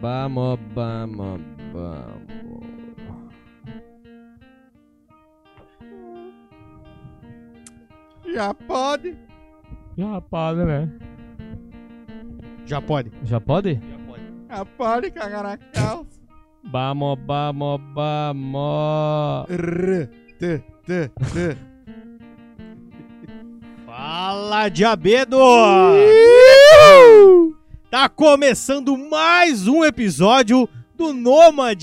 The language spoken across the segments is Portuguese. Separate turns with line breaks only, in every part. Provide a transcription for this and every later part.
Vamos, vamos, vamos.
Já pode.
Já pode, né?
Já pode.
Já pode?
Já pode cagar na calça.
Vamos, vamos, vamos.
R, t, t, t. Fala, diabedo! Tá começando mais um episódio do Nomad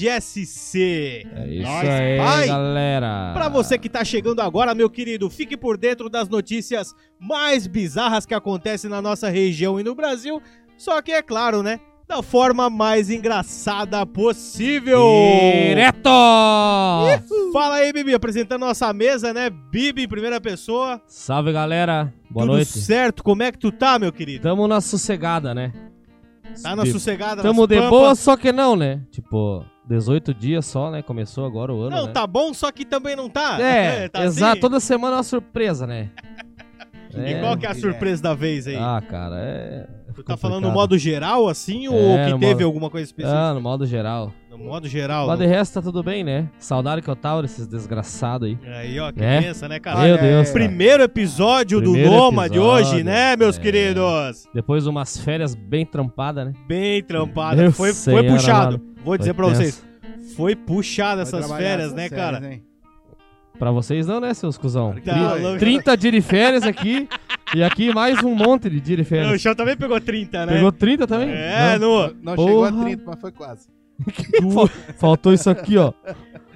É
SC. Nós
isso aí,
vai.
galera.
Pra você que tá chegando agora, meu querido, fique por dentro das notícias mais bizarras que acontecem na nossa região e no Brasil. Só que, é claro, né? Da forma mais engraçada possível.
Direto!
Fala aí, Bibi, apresentando nossa mesa, né? Bibi, primeira pessoa.
Salve, galera. Boa
Tudo
noite.
certo? Como é que tu tá, meu querido?
Tamo na sossegada, né?
Tá na
De-
sossegada?
Tamo
nas
de
pampas?
boa, só que não, né? Tipo, 18 dias só, né? Começou agora o ano,
Não,
né?
tá bom, só que também não tá.
É,
tá
exato.
assim?
Toda semana é uma surpresa, né?
E qual que é a surpresa da vez aí?
Ah, cara, é...
tu tá falando no
complicado.
modo geral, assim, ou
É,
que
no
teve
modo-
alguma coisa específica?
Ah, no modo geral.
No modo geral.
Mas
no-
de resto tá tudo bem, né? Saudade que eu tava desses desgraçados aí.
Aí, ó, que
É?
pensa, né, cara?
Meu
Olha,
Deus, cara.
Primeiro episódio
Primeiro
do Noma de
episódio,
hoje, né, meus
é.
queridos?
Depois umas férias bem trampadas, né?
Bem trampado.
Meu
Foi, foi
senhora,
puxado. Vou
Foi
dizer pra
tenso.
vocês. Foi puxado
Vai
essas
trabalhar
férias,
essas
né, cara?
férias, hein?
Pra vocês não, né, seus cuzão?
Tá
Tri-
louco.
30 dias de férias aqui e aqui mais um monte de dias de
O
férias.
chão também pegou 30, né?
Pegou 30 também?
É,
Não.
no,
Não chegou a
Porra.
30, mas foi quase.
Fal- Faltou isso aqui, ó.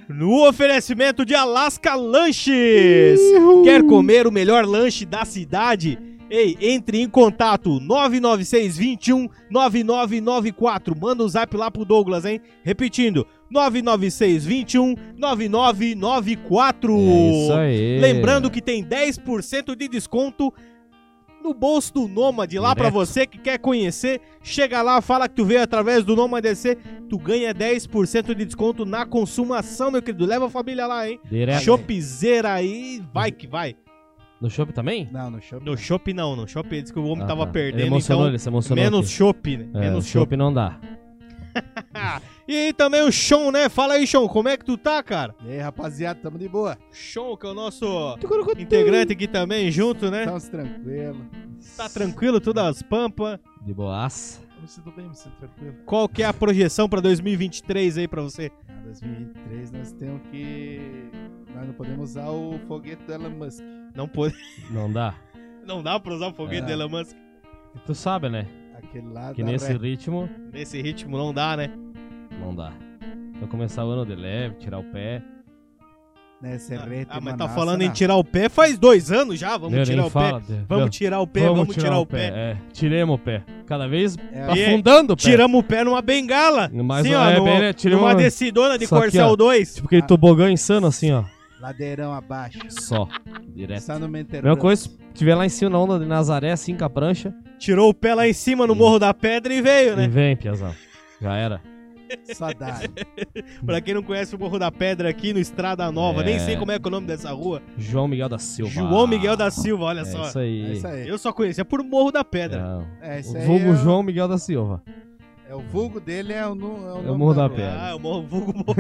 no oferecimento de Alaska Lanches. Quer comer o melhor lanche da cidade? Ei, entre em contato 996 21 9994. Manda um zap lá pro Douglas, hein? Repetindo, 996 21 9994.
É isso aí.
Lembrando que tem 10% de desconto no bolso do Nômade lá pra
Direto.
você que quer conhecer. Chega lá, fala que tu veio através do Nômade DC, tu ganha 10% de desconto na consumação, meu querido. Leva a família lá, hein?
Direto.
Chopezeira aí, vai que vai.
No shopping também?
Não, no show.
No chopp não, no chopp ele disse que o homem
Ah,
tava
tá. Ele
perdendo,
emocionou,
então
ele se emocionou.
menos
aqui.
chopp, né?
É,
menos
o
chopp.
shopping não dá.
E também o Sean, né? Fala aí, Sean, como é que tu tá, cara?
E aí, rapaziada, tamo de boa.
Sean, que é o nosso integrante aqui também, junto, né?
Estamos tranquilo.
Tá tranquilo, tudo as pampas.
De boaça.
Eu me sinto bem, me sinto tranquilo.
Qual que é a projeção pra 2023 aí pra você?
Em 2023 nós temos que. Nós não podemos usar o foguete do Elon Musk.
Não pode,
Não dá.
não dá pra usar o foguete
É.
de Elon Musk
E tu sabe, né?
Aquele lá
Que
da
nesse
ré.
ritmo,
nesse ritmo, não dá, né?
não dá. Então começar o ano de leve, tirar o pé.
Nesse rete,
ah, mas tá
Manaus,
falando em
não.
tirar o pé faz dois anos já. Vamos
Eu
tirar
nem
o
falo,
pé.
de-
Vamos
de-
tirar o pé, vamos, tirar o pé.
É, tiremos o pé. Cada vez
É,
E-
afundando o pé.
Tiramos o pé numa bengala.
Mas
Sim,
não
ó,
é
numa-
bem, né? Tiramos
numa
uma-
descidona de
Só aqui,
Corcel
ó.
2.
Tipo aquele
Ah.
tobogã insano assim, ó.
Ladeirão abaixo.
Só. Direto.
Só no Menterão.
Mesma coisa, se tiver lá em cima na onda de Nazaré, assim, com a prancha.
Tirou o pé lá em cima no
Sim.
Morro da Pedra e veio,
E
né?
vem, Piazão. Já era.
Só dá.
Pra quem não conhece o Morro da Pedra aqui no Estrada Nova,
Hum. É.
nem sei como é que é o nome dessa rua.
João Miguel da Silva.
João Miguel da Silva, olha
É
só.
isso
É
aí.
isso aí.
Eu só conhecia por Morro da Pedra.
Não.
É, isso
O
aí
vulgo
é o-
João Miguel da Silva.
É o vulgo dele, é o, nu- é o nome
Morro da
rua.
Pedra.
Ah, eu morro vulgo morro.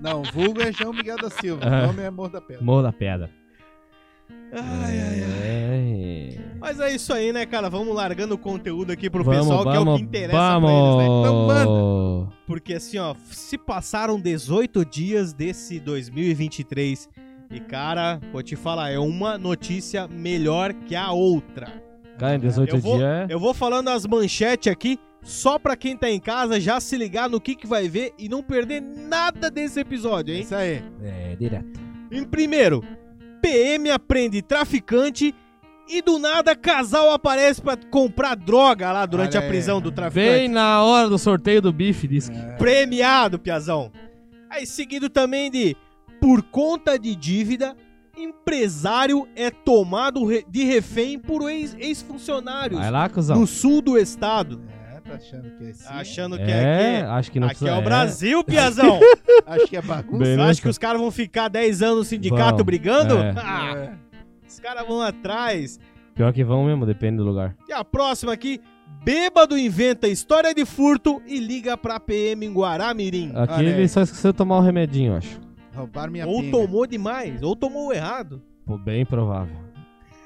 Não, o vulgo é João Miguel da Silva.
É.
O nome é Morro da Pedra.
Morro da Pedra.
Ai, ai, ai.
É.
Mas é isso aí, né, cara? Vamos largando o conteúdo aqui pro
Vamos,
pessoal, que é o
vamos,
que interessa pra eles, né?
vamos.
Porque assim, ó, se passaram 18 dias desse 2023 e, cara, vou te falar, é uma notícia melhor que a outra.
Cara, em 18
Eu vou-
dias é...
Eu vou falando as manchetes aqui, só pra quem tá em casa já se ligar no que, que vai ver e não perder nada desse episódio,
É
hein?
isso aí.
É, direto.
Em primeiro, PM aprende traficante e do nada casal aparece pra comprar droga lá durante
Olha
a
aí.
prisão do traficante.
Vem na hora do sorteio do bife, diz
É.
que... é
Premiado, Piazão. Aí seguido também de por conta de dívida, empresário é tomado re- de refém por ex- ex-funcionários
Vai lá, cuzão.
do sul do estado.
É, tá achando que é assim?
Achando que
É,
aqui,
acho que
é,
não
aqui
precisa...
é o Brasil, Piazão.
Acho que é bagunça.
Bem,
Você
né,
acha que
cara?
os caras vão ficar 10 anos no sindicato
Vão,
brigando?
é.
Ah,
É.
os caras vão atrás.
Pior que vão mesmo, depende do lugar.
E a próxima aqui, Bêbado inventa história de furto e liga pra PM em Guaramirim.
Aqui
Olha
ele
aí.
só esqueceu de tomar um remedinho, eu acho.
Roubar minha
ou
pinga.
tomou demais, ou tomou errado.
Pô, bem provável.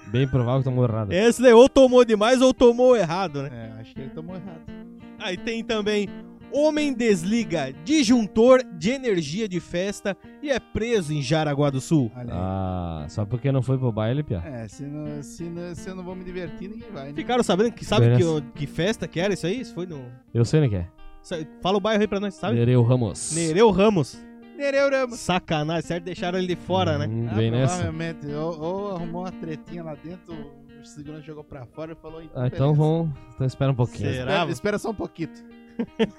Bem provável que tomou errado.
Essa Né? daí, ou tomou demais ou tomou errado, né?
É, acho que ele tomou errado.
Aí tem também homem desliga disjuntor de energia de festa e é preso em Jaraguá do Sul.
Olha aí.
Ah, só porque não foi pro baile, piá.
É, se, não, se, não, se eu não vou me divertir, ninguém vai, né?
Ficaram sabendo que sabe
Beleza.
que, que festa que era isso aí? Isso foi no.
Eu sei onde que é.
sa- Fala o bairro aí pra nós, sabe?
Nereu Ramos.
Tá Nereu Ramos.
Nereu Ramos.
Sacanagem, certo? Deixaram ele de fora, né?
Hum,
Ah,
Vem nessa.
provavelmente. Ou, ou arrumou uma tretinha lá dentro, o segurança jogou pra fora e falou...
Ah, então
beleza.
vamos. Então espera um pouquinho.
Será?
Espera, espera só um pouquinho.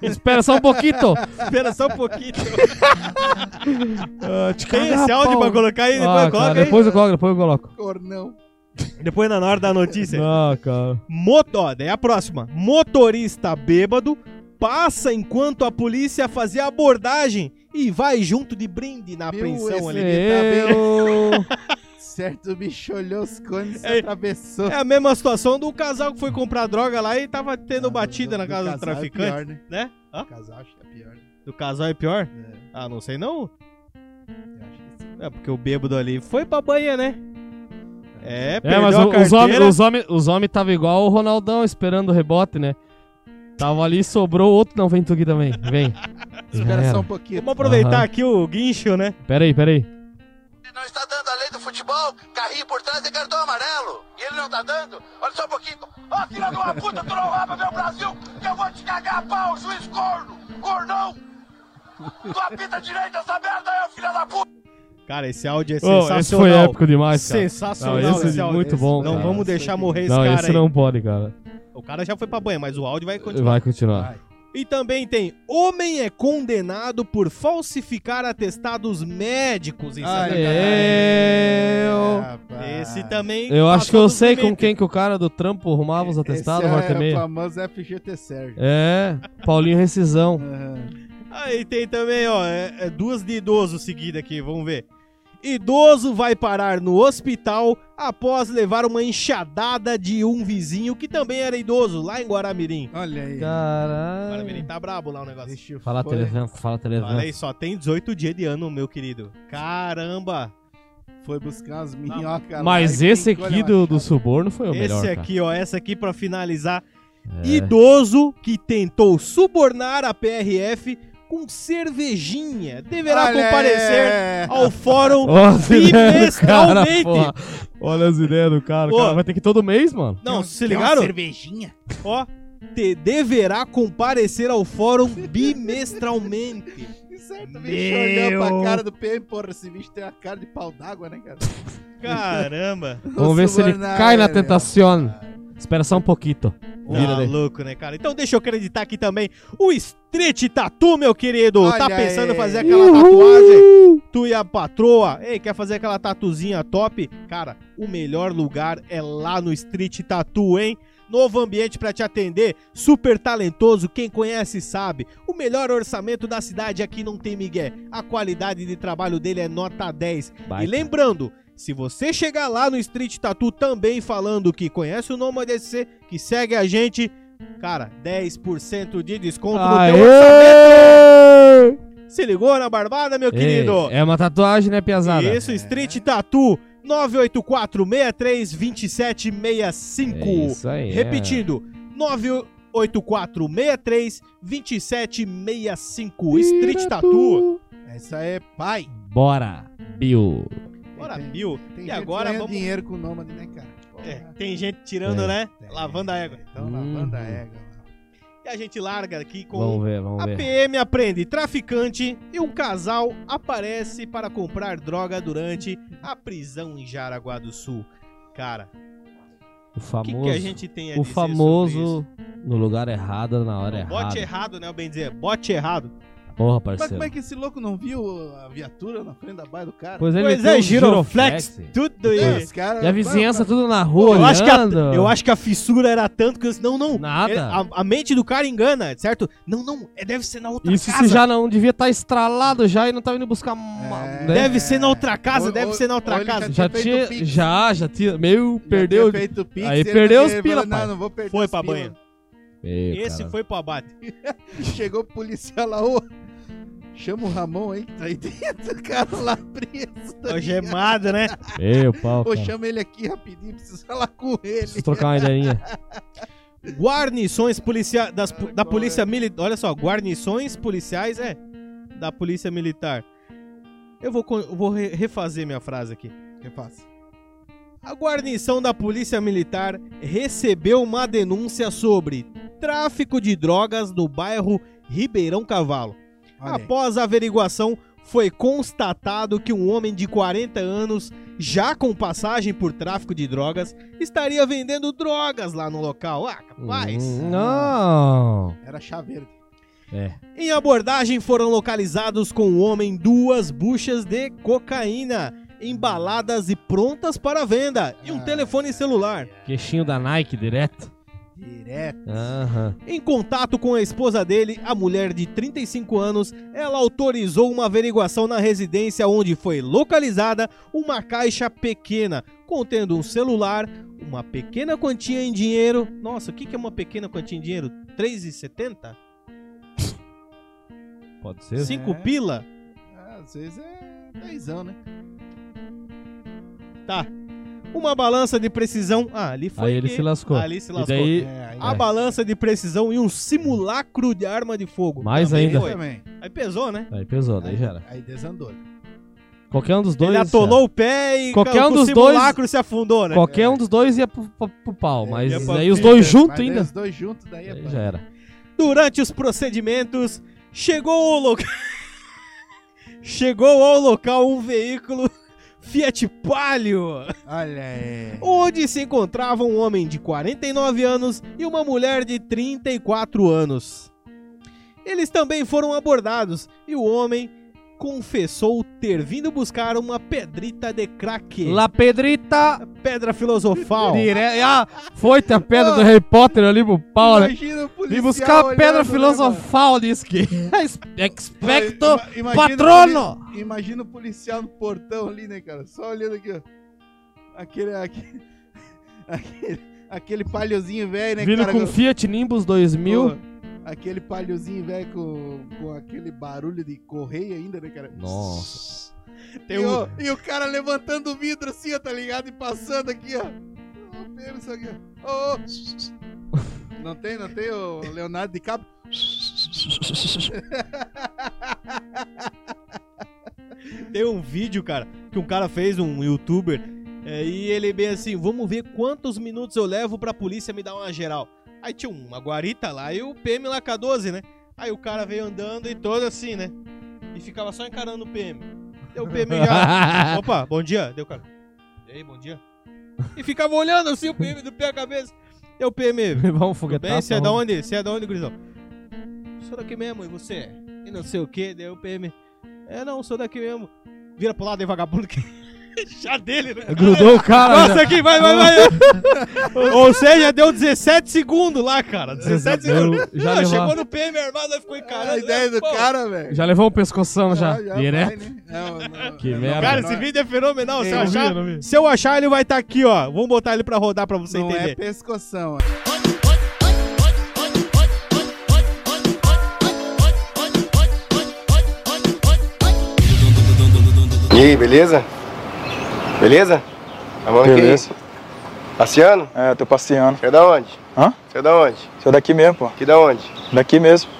Espera só um pouquinho.
Espera só um pouquinho.
Ah, te
Tem
cagar,
esse áudio
pau.
pra colocar aí, depois
Ah,
coloca
cara, depois eu coloco, depois eu coloco.
Cornão.
aí. Depois na hora da notícia.
Ah, cara.
Moto, ó, daí é a próxima. Motorista bêbado passa enquanto a polícia fazia abordagem e vai junto de brinde na
Meu,
apreensão ali.
esse- tá
Eu...
Certo, o bicho olhou os cones e se
É.
atravessou.
É a mesma situação do casal que foi comprar droga lá e tava Tá tendo
Ah,
batida
do-
na
do
casa do
casal é
traficante,
pior, né?
né? Hã?
O casal acho que é pior. né?
Do casal é pior?
É,
Ah, não sei não.
eu acho que sim.
É porque o bêbado ali foi pra banha, né? É,
É,
perdeu
mas
a
o- os homens
carteira.
os homem, os homem tava igual o Ronaldão esperando o rebote, né? Tava ali, sobrou outro. Não, vem tu aqui também. Vem. Já
Espera só
era.
um pouquinho.
Vamos aproveitar
Aham.
aqui o guincho, né?
Pera aí, pera aí.
Ele não está dando a lei do futebol, carrinho por trás é cartão amarelo. E ele não está dando? Olha só um pouquinho. Ó, filha de uma puta, tu não rouba meu Brasil, que eu vou te cagar a pau, juiz corno, cornão. Tu apita direito essa merda aí, ô filha da puta.
Cara, esse áudio é
Ô,
sensacional.
esse foi épico demais, cara.
Sensacional
Não, esse
esse
é
áudio.
muito bom,
Não
cara.
vamos deixar morrer esse
Não,
cara
esse
aí.
não pode, cara.
O cara já foi pra banha, mas o áudio vai continuar.
Vai continuar.
Vai.
E também tem: homem é condenado por falsificar atestados médicos em Santa
Ai,
Eu...
Rapaz.
Esse também.
Ah.
tá
eu acho que
passou
eu
dos
sei com
limites.
quem que o cara do trampo arrumava os atestados, volta
Esse
e
é o
meia.
famoso FGT Sérgio.
É, Paulinho Rescisão.
Aham.
Aí tem também, ó, é, é duas de idoso seguida aqui, vamos ver. Idoso vai parar no hospital após levar uma enxadada de um vizinho que também era idoso, lá em Guaramirim.
Olha aí.
Guaramirim
Caralho.
tá brabo lá o negócio.
Bicho
Fala
foi-
televisão, fala
Olha aí,
televisão.
só tem 18 dias de ano, meu querido. Caramba!
Foi buscar as minhocas lá
Mas
e
esse
brincou
aqui
na
do, do
machada.
suborno foi É o melhor,
Esse
cara.
aqui, ó, essa aqui pra finalizar.
É.
Idoso que tentou subornar a PRF com cervejinha. Deverá
Olha
comparecer
aí.
ao fórum
Olha as ideias do cara,
bimestralmente.
porra. Olha as ideias do cara. O
Ô.
cara vai ter que ir todo mês, mano.
Não, se
Quer uma
ligaram?
cervejinha.
Ó, te deverá comparecer ao fórum bimestralmente.
Que certo, o bicho olhando pra cara do PM, porra, esse bicho tem a cara de pau d'água, né, cara?
Caramba.
Vamos ver se ele
subornar
cai na
ele, né?
tentação. Espera só um pouquinho. Vira
Tá
daí.
louco, né, cara? Então deixa eu acreditar aqui também. O Street Tattoo, meu querido.
Olha
tá pensando em
aí.
fazer aquela tatuagem? Tu e a patroa. Ei, quer fazer aquela tatuzinha top? Cara, o melhor lugar é lá no Street Tattoo, hein? Novo ambiente pra te atender, super talentoso, quem conhece sabe. O melhor orçamento da cidade aqui não tem migué. A qualidade de trabalho dele é nota 10. E lembrando, se você chegar lá no Street Tattoo também falando que conhece o Noma DC, que segue a gente, cara, 10% de desconto no um teu
Aê!
Se ligou na barbada, meu
Ei,
querido?
É uma tatuagem, né, Piazada?
Isso, Street Tattoo 984 63 27
É
65.
isso aí. é.
Repetindo, 984 63 27
é.
65. Street Tattoo.
Isso aí é pai.
Bora, Bill.
Bora,
Tem-
Bill.
Tem
E
gente
agora
que ganha
vamos-
dinheiro com o Nômade, né, cara? Porra.
É, tem gente tirando,
É.
né?
Tem.
Lavando a égua.
Então, lavando a
Uhum.
égua. lá.
E a gente larga aqui com
Vamos ver, vamos
A
ver.
PM aprende traficante e um casal aparece para comprar droga durante a prisão em Jaraguá do Sul. Cara,
O
o que,
famoso.
que a gente tem a
o
dizer sobre isso?
famoso no lugar errado, na hora errada.
Bote errado, né, o bem dizer? Bote errado.
Porra,
Mas
parceiro.
como é que esse louco não viu a viatura na frente da baia do cara?
Pois, ele
pois
meteu
é,
um
giroflex, tudo
É,
aí.
os caras-
E a vizinhança tudo na rua,
Eu acho, que a,
olhando.
eu acho que a fissura era tanto que eu disse, não, não.
Nada.
Ele- a, a mente do cara engana, certo? Não, não, é, deve ser na outra
Isso
casa.
se já não devia estar estralado já e não tava indo buscar. uma-
É.
né?
Deve ser na outra casa,
Ou-
deve
ou-
ser na outra
ou ele
casa.
já
Já
tinha feito
tinha.
o Pix.
Já, já tinha. Meio
Já
perdeu.
tinha feito o Pix,
Aí
ele
perdeu
não
os
teve,
pila,
falou,
pai.
Não, não vou perder
Foi
os
pra
pila.
banho.
é
Esse foi pro abate.
Chegou o policial lá, ô. Chama o Ramon aí que tá aí dentro, o cara lá preso. tá
Ó,
ligado?
Gemada, né?
Meu pau,
Ô,
cara.
chama ele aqui rapidinho, preciso falar com ele.
Preciso trocar uma ideinha.
Guarnições policiais das,
Ai,
da
qual
polícia militar. Olha só, guarnições policiais é da polícia militar. Eu vou, co- eu vou re- refazer minha frase aqui.
Repasse.
A guarnição da polícia militar recebeu uma denúncia sobre tráfico de drogas no bairro Ribeirão Cavalo.
Ah,
Olha aí.
Após a averiguação, foi constatado que um homem de 40 anos, já com passagem por tráfico de drogas, estaria vendendo drogas lá no local. Ah, capaz.
Uhum.
Hum, Não.
Era chá verde.
Em abordagem foram localizados com o homem duas buchas de cocaína, embaladas e prontas para venda, e um
Ah.
telefone celular.
Queixinho da Nike direto.
Direto.
Aham.
Em contato com a esposa dele, a mulher de 35 anos, ela autorizou uma averiguação na residência onde foi localizada uma caixa pequena contendo um celular, uma pequena quantia em dinheiro. Nossa, o que que é uma pequena quantia em dinheiro? 3,70?
Pode ser?
5 pila?
Ah, Às vezes é dezão, né?
Uma balança de precisão. Ah, ali foi.
Aí ele
que-
se lascou.
Ali se
E Ah,
lascou.
daí,
É, aí
A balança de precisão e um simulacro de arma de fogo.
Mais
Também
ainda.
foi.
também.
Aí pesou, né?
aí pesou, daí
Aí,
já era.
aí desandou.
Qualquer um dos dois.
ele atolou o pé e
Qualquer
ca-
um
com
dos
o
dois-
simulacro se afundou, né?
já- Qualquer um dos dois ia pro, pro- pro pau,
É,
mas
ia pra
aí os
fita,
dois juntos
Mas daí
ainda.
Os dois juntos, daí é
Aí
pá.
já era.
Durante os procedimentos, chegou ao local. chegou ao local um veículo Fiat Palio,
Olha aí.
onde se encontrava um homem de 49 anos e uma mulher de 34 anos. Eles também foram abordados e o homem confessou ter vindo buscar uma pedrita de crack.
La
É
Pedrita!
Pedra filosofal.
Dire... Ah, foi ter a pedra do Harry Potter ali pro pau, né?
Imagina o policial
Vim buscar a
olhando,
pedra
né,
filosofal, diz que. é
mano?
Expecto
Ima- imagina o
patrono!
poli- Imagina o policial no portão ali, né, cara? Só olhando aqui, ó. Aquele. Aquele, aquele, aquele palhozinho velho, né,
Vindo
cara?
com Fiat Nimbus 2000.
Pô, Aquele palhozinho velho com, com aquele barulho de correia ainda, né, cara?
Nossa.
E, o, e o cara levantando o vidro assim, ó, tá ligado? E passando aqui, ó. Ô, pega isso aqui, ó. Ô, ô. Não tem, não tem o Leonardo DiCaprio?
Tem um vídeo, cara, que um cara fez, um youtuber, é, e ele bem assim, vamos ver quantos minutos eu levo pra polícia me dar uma geral. Aí tinha uma guarita lá e o PM lá com a 12, né? Aí o cara veio andando e todo assim, né? E ficava só encarando o PM. Deu o PM já. Opa, bom dia. Deu o cara. E aí, bom dia. E ficava olhando assim o PM do pé à cabeça. Deu o PM.
Levar um
Tudo bem?
foguetaço.
Você é
na
da
mão.
onde? Você é da onde, gurizão? Sou daqui mesmo, e você? E não sei o que, daí o PM. É, não, sou daqui mesmo. Vira pro lado aí, vagabundo. Que... Já dele, né?
Grudou o cara. né?
Nossa, aqui, vai, vai, vai. Ou seja, deu 17 segundos lá, cara. 17 segundos.
Deu- já,
Não, chegou
levou,
no PM armado, aí ficou encarando. né?
a
é,
ideia do
Pô,
cara, velho.
já levou um pescoção já.
vai,
Direto.
né? Não, não,
Que
não,
merda.
Cara,
não
esse
é-
vídeo é fenomenal. Se eu
Eu vi,
achar, se eu achar ele vai estar aqui, ó. Vamos botar ele pra rodar pra você
Não é
entender.
pescoção.
E aí, beleza? Beleza? Tá falando que é
Beleza.
isso? Passeando?
É, tô passeando.
Você é da onde?
Hã?
Você é da onde?
Sou daqui mesmo, pô.
Aqui da onde?
Daqui mesmo.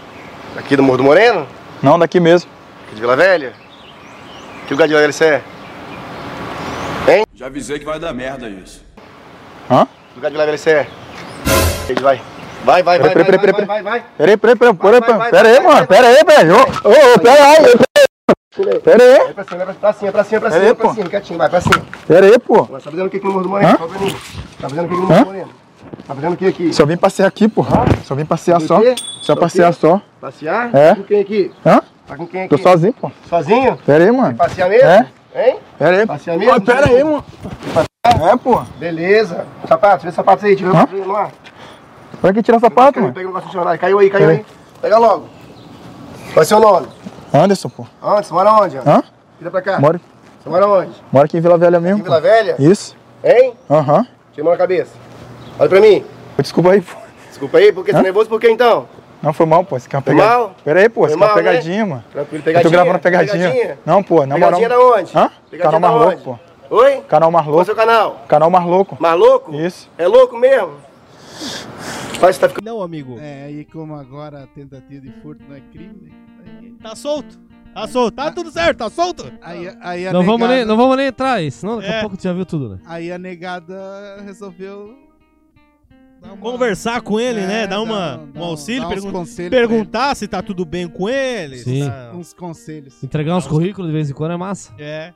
Aqui do Morro do Moreno?
Não, daqui mesmo.
Aqui de Vila Velha? Que lugar de Vila Velha você é?
Já avisei que vai dar merda isso.
Hã?
Que lugar de Vila Velha você é? Ele vai. Vai, vai, vai,
Peraí, peraí,
vai,
peraí,
vai, vai,
peraí.
vai.
Peraí, peraí, peraí,
vai,
peraí,
vai,
peraí, peraí,
vai, vai,
mano. Peraí, velho. Ô, ô, ô, peraí, peraí. Peraí,
Vai pra cima, vai pra cima, pra cima, pra cima, pra
Peraí,
cima, pra
pô.
cima, quietinho, vai pra cima.
peraí, pô.
Tá fazendo o que aqui no Morro do Moreno?
Hã?
Só um pouquinho. Tá fazendo o que aqui no Morro
Hã?
do Moreno? Tá fazendo o que aqui?
Só vim passear aqui, pô. Só vim passear
Do
só.
quê?
Só
Do
passear
quê?
só.
Passear?
É.
Com quem aqui?
Hã?
Tá com quem aqui?
Tô sozinho, pô.
Sozinho?
Peraí, mano.
Passear mesmo?
É.
Hein?
Peraí.
Passear mesmo?
Ô, Peraí, mano. É, pô.
Beleza. Sapato, vê o sapato aí, tira o
Hã?
sapato aí, vamos lá.
Pra que tirar sapato, mano?
Pega o negócio funcionário. Caiu aí, caiu aí. Pega logo. Qual é seu nome?
Anderson, pô.
Onde? Você mora onde? ó?
Hã?
Vira pra cá.
Moro,
Você mora onde?
moro aqui em Vila Velha
Em
mesmo. pô.
Vila Velha?
Isso.
Hein?
Aham.
Tira a mão na cabeça. Olha pra mim.
Desculpa aí, pô.
Desculpa aí, porque tá nervoso por quê então?
Não, foi mal, pô. Isso aqui é uma
Foi
pegadinha.
mal?
Pera aí, pô. Isso
Foi
aqui é uma
mal, né?
pegadinha, mano.
Tranquilo,
Eu tô
pegadinha?
gravando pegadinha.
Pegadinha?
Não, pô, na moral.
Pegadinha da onde?
Hã?
Pegadinha da
canal mais louco,
onde?
pô.
Oi?
Canal mais
Qual é o seu
louco.
canal?
Canal mais louco.
Maluco?
Isso.
É louco mesmo? Faz, tá ficando.
Não, amigo.
É, e como agora a tentativa de furto não é crime, né?
Tá solto. Tá solto. Tá tudo certo, tá solto.
Aí, aí a
Não vamos,
negada,
nem, não vamos nem entrar aí, senão daqui
É.
a pouco tu já viu tudo, né?
Aí a negada resolveu dar uma-
Conversar com ele,
É,
né?
dá
Dar uma,
um-
um
dá um-
auxílio,
dá uns
pergun-
conselhos pra
perguntar se tá tudo bem com ele. se
Sim.
tá-
ele, uns conselhos.
Então-
Entregar uns currículos de vez em quando é massa.
É.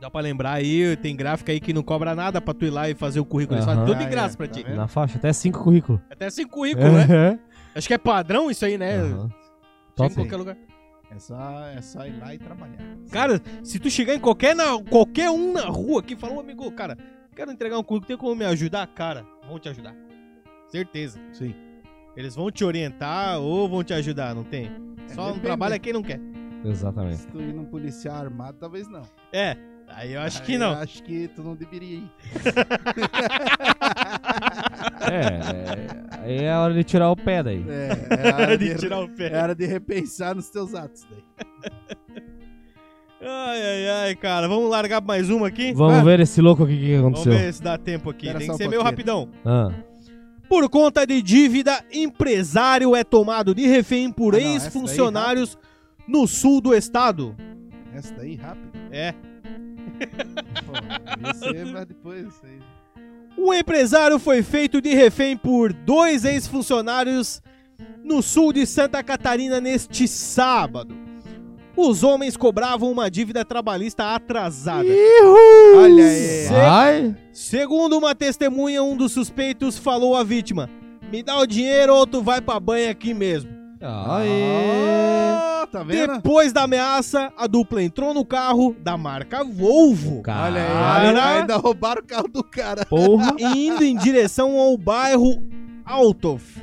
Dá pra lembrar aí, tem gráfica aí que não cobra nada pra tu ir lá e fazer o currículo. Eles fazem
Aham.
tudo de
Ah,
graça
é,
pra
tá
ti.
vendo?
Na faixa, até cinco currículos.
Até sem currículo, né? Acho que é padrão isso aí, né?
Aham.
Chega
Top.
em qualquer lugar.
É só, é só ir lá e trabalhar.
Cara, se tu chegar em qualquer, na, qualquer um na rua aqui e falar, ô amigo, cara, quero entregar um currículo, tem como me ajudar? Cara, vão te ajudar. Certeza.
Sim.
Eles vão te orientar ou vão te ajudar, não tem? Só não
É, depende.
trabalha quem não quer.
Exatamente.
Se tu ir num policial armado, talvez não.
É, aí eu acho
Aí
que
eu
não.
Acho que tu não deveria ir.
É, é, aí é a hora de tirar o pé daí.
É, é hora
de
de,
tirar o pé.
é hora de repensar nos teus atos daí.
Ai, ai, ai, cara. Vamos largar mais uma aqui?
Vamos ver esse louco aqui o que que
Vamos
aconteceu.
ver se dá tempo aqui.
Espera
Tem
só
que
um
ser meio
pouquinho.
rapidão.
Ah,
Por conta de dívida, empresário é tomado de refém por
Ah, não, essa daí,
ex-funcionários no sul do estado.
Essa daí, rápido.
É.
Pô, você vai depois. isso aí.
O empresário foi feito de refém por dois ex-funcionários no sul de Santa Catarina neste sábado. Os homens cobravam uma dívida trabalhista atrasada.
Olha aí.
Ai,
Segundo uma testemunha, um dos suspeitos falou à vítima: Me dá o dinheiro ou tu vai pra banha aqui mesmo.
ai.
Ó, tá vendo?
Depois da ameaça, a dupla entrou no carro da marca Volvo.
Olha aí,
Ah,
Cara.
ainda roubaram o carro do cara.
Porra.
indo em direção ao bairro Altof.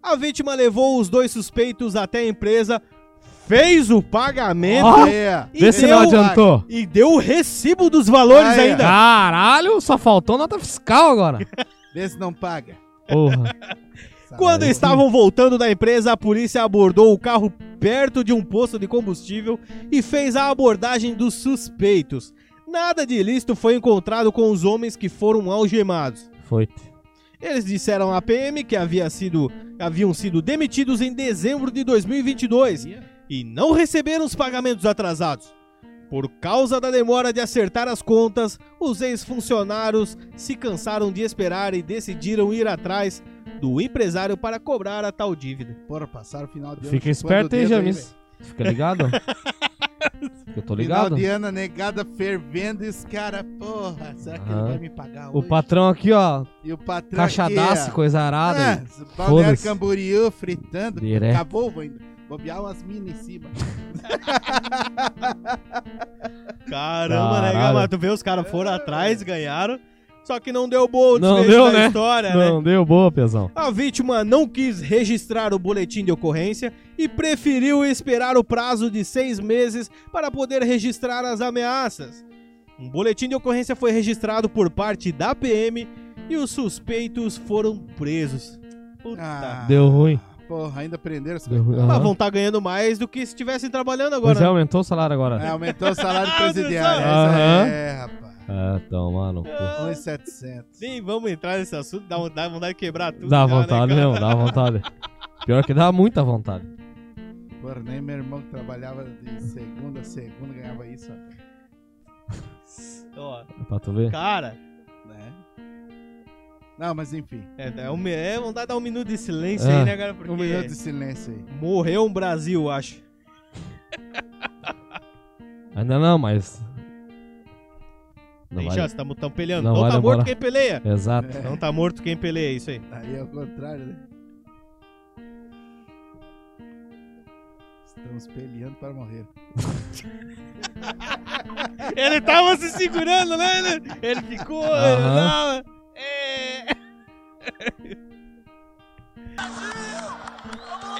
A vítima levou os dois suspeitos até a empresa, fez o pagamento
Ó,
É.
e,
Vê se não
deu,
adiantou.
e deu o recibo dos valores
Aí,
ainda.
Caralho, só faltou nota fiscal agora.
Vê se não paga.
Porra.
Quando
Aí.
estavam voltando da empresa, a polícia abordou o carro perto de um posto de combustível e fez a abordagem dos suspeitos. Nada de ilícito foi encontrado com os homens que foram algemados.
Foi.
Eles disseram à PM que havia sido- haviam sido demitidos em dezembro de 2022 e não receberam os pagamentos atrasados. Por causa da demora de acertar as contas, os ex-funcionários se cansaram de esperar e decidiram ir atrás do empresário para cobrar a tal dívida.
Porra, passaram o final de ano.
Fica
chupando
esperto
o
aí,
dedo
Jamis.
velho.
Fica ligado? Eu tô
Final
ligado.
de ano, a negada fervendo e os caras, porra, será que ele
Aham.
vai me pagar
Ah. O
hoje?
patrão aqui, ó,
E o patrão
cachadaço, coisa
É,
arada.
Ah, Balneário
Foda-se.
Camboriú fritando.
Direto.
Acabou, vou ainda. Bobear umas minas em cima.
Caramba, né,
Caralho.
Gama? Tu vê, os caras foram atrás, ganharam, só que não deu boa o
Não
desfecho
deu,
da
né?
história, né?
Não deu boa, pesão.
A vítima não quis registrar o boletim de ocorrência e preferiu esperar o prazo de seis meses para poder registrar as ameaças. Um boletim de ocorrência foi registrado por parte da PM e os suspeitos foram presos. Puta.
Ah,
Deu ruim.
Porra, ainda prenderam os
Deu ruim.
coitados.
Mas
Aham.
vão estar ganhando mais do que se estivessem trabalhando agora.
Mas já aumentou o salário agora.
É, aumentou o salário presidiário.
Ah, Aham.
É, rapaz.
Ah, então, mano.
É,
pô.
1,700.
Sim, vamos entrar nesse assunto, dá, dá vontade de quebrar tudo.
Dá
já, né,
vontade
cara?
mesmo, dá vontade. Pior que dá muita vontade.
Porra, nem meu irmão que trabalhava de segunda a segunda ganhava isso, rapaz.
Ó,
é Pra tu ver.
cara,
né? Não, mas enfim.
é, é, um, é vontade de dar um minuto de silêncio
É.
aí, né, cara? Porque...
Um minuto de silêncio aí.
Morreu um Brasil, eu acho.
Ainda não, mas. Não
Tem
vai...
chance, tamo, tamo peleando.
não
Não,
vai
tá morto
demorar.
quem peleia.
Exato.
Não tá morto quem peleia, isso aí.
Aí é o contrário, né? Estamos peleando para morrer.
Ele tava se segurando, né? Ele, ele ficou. ele
Aham.
tava- É.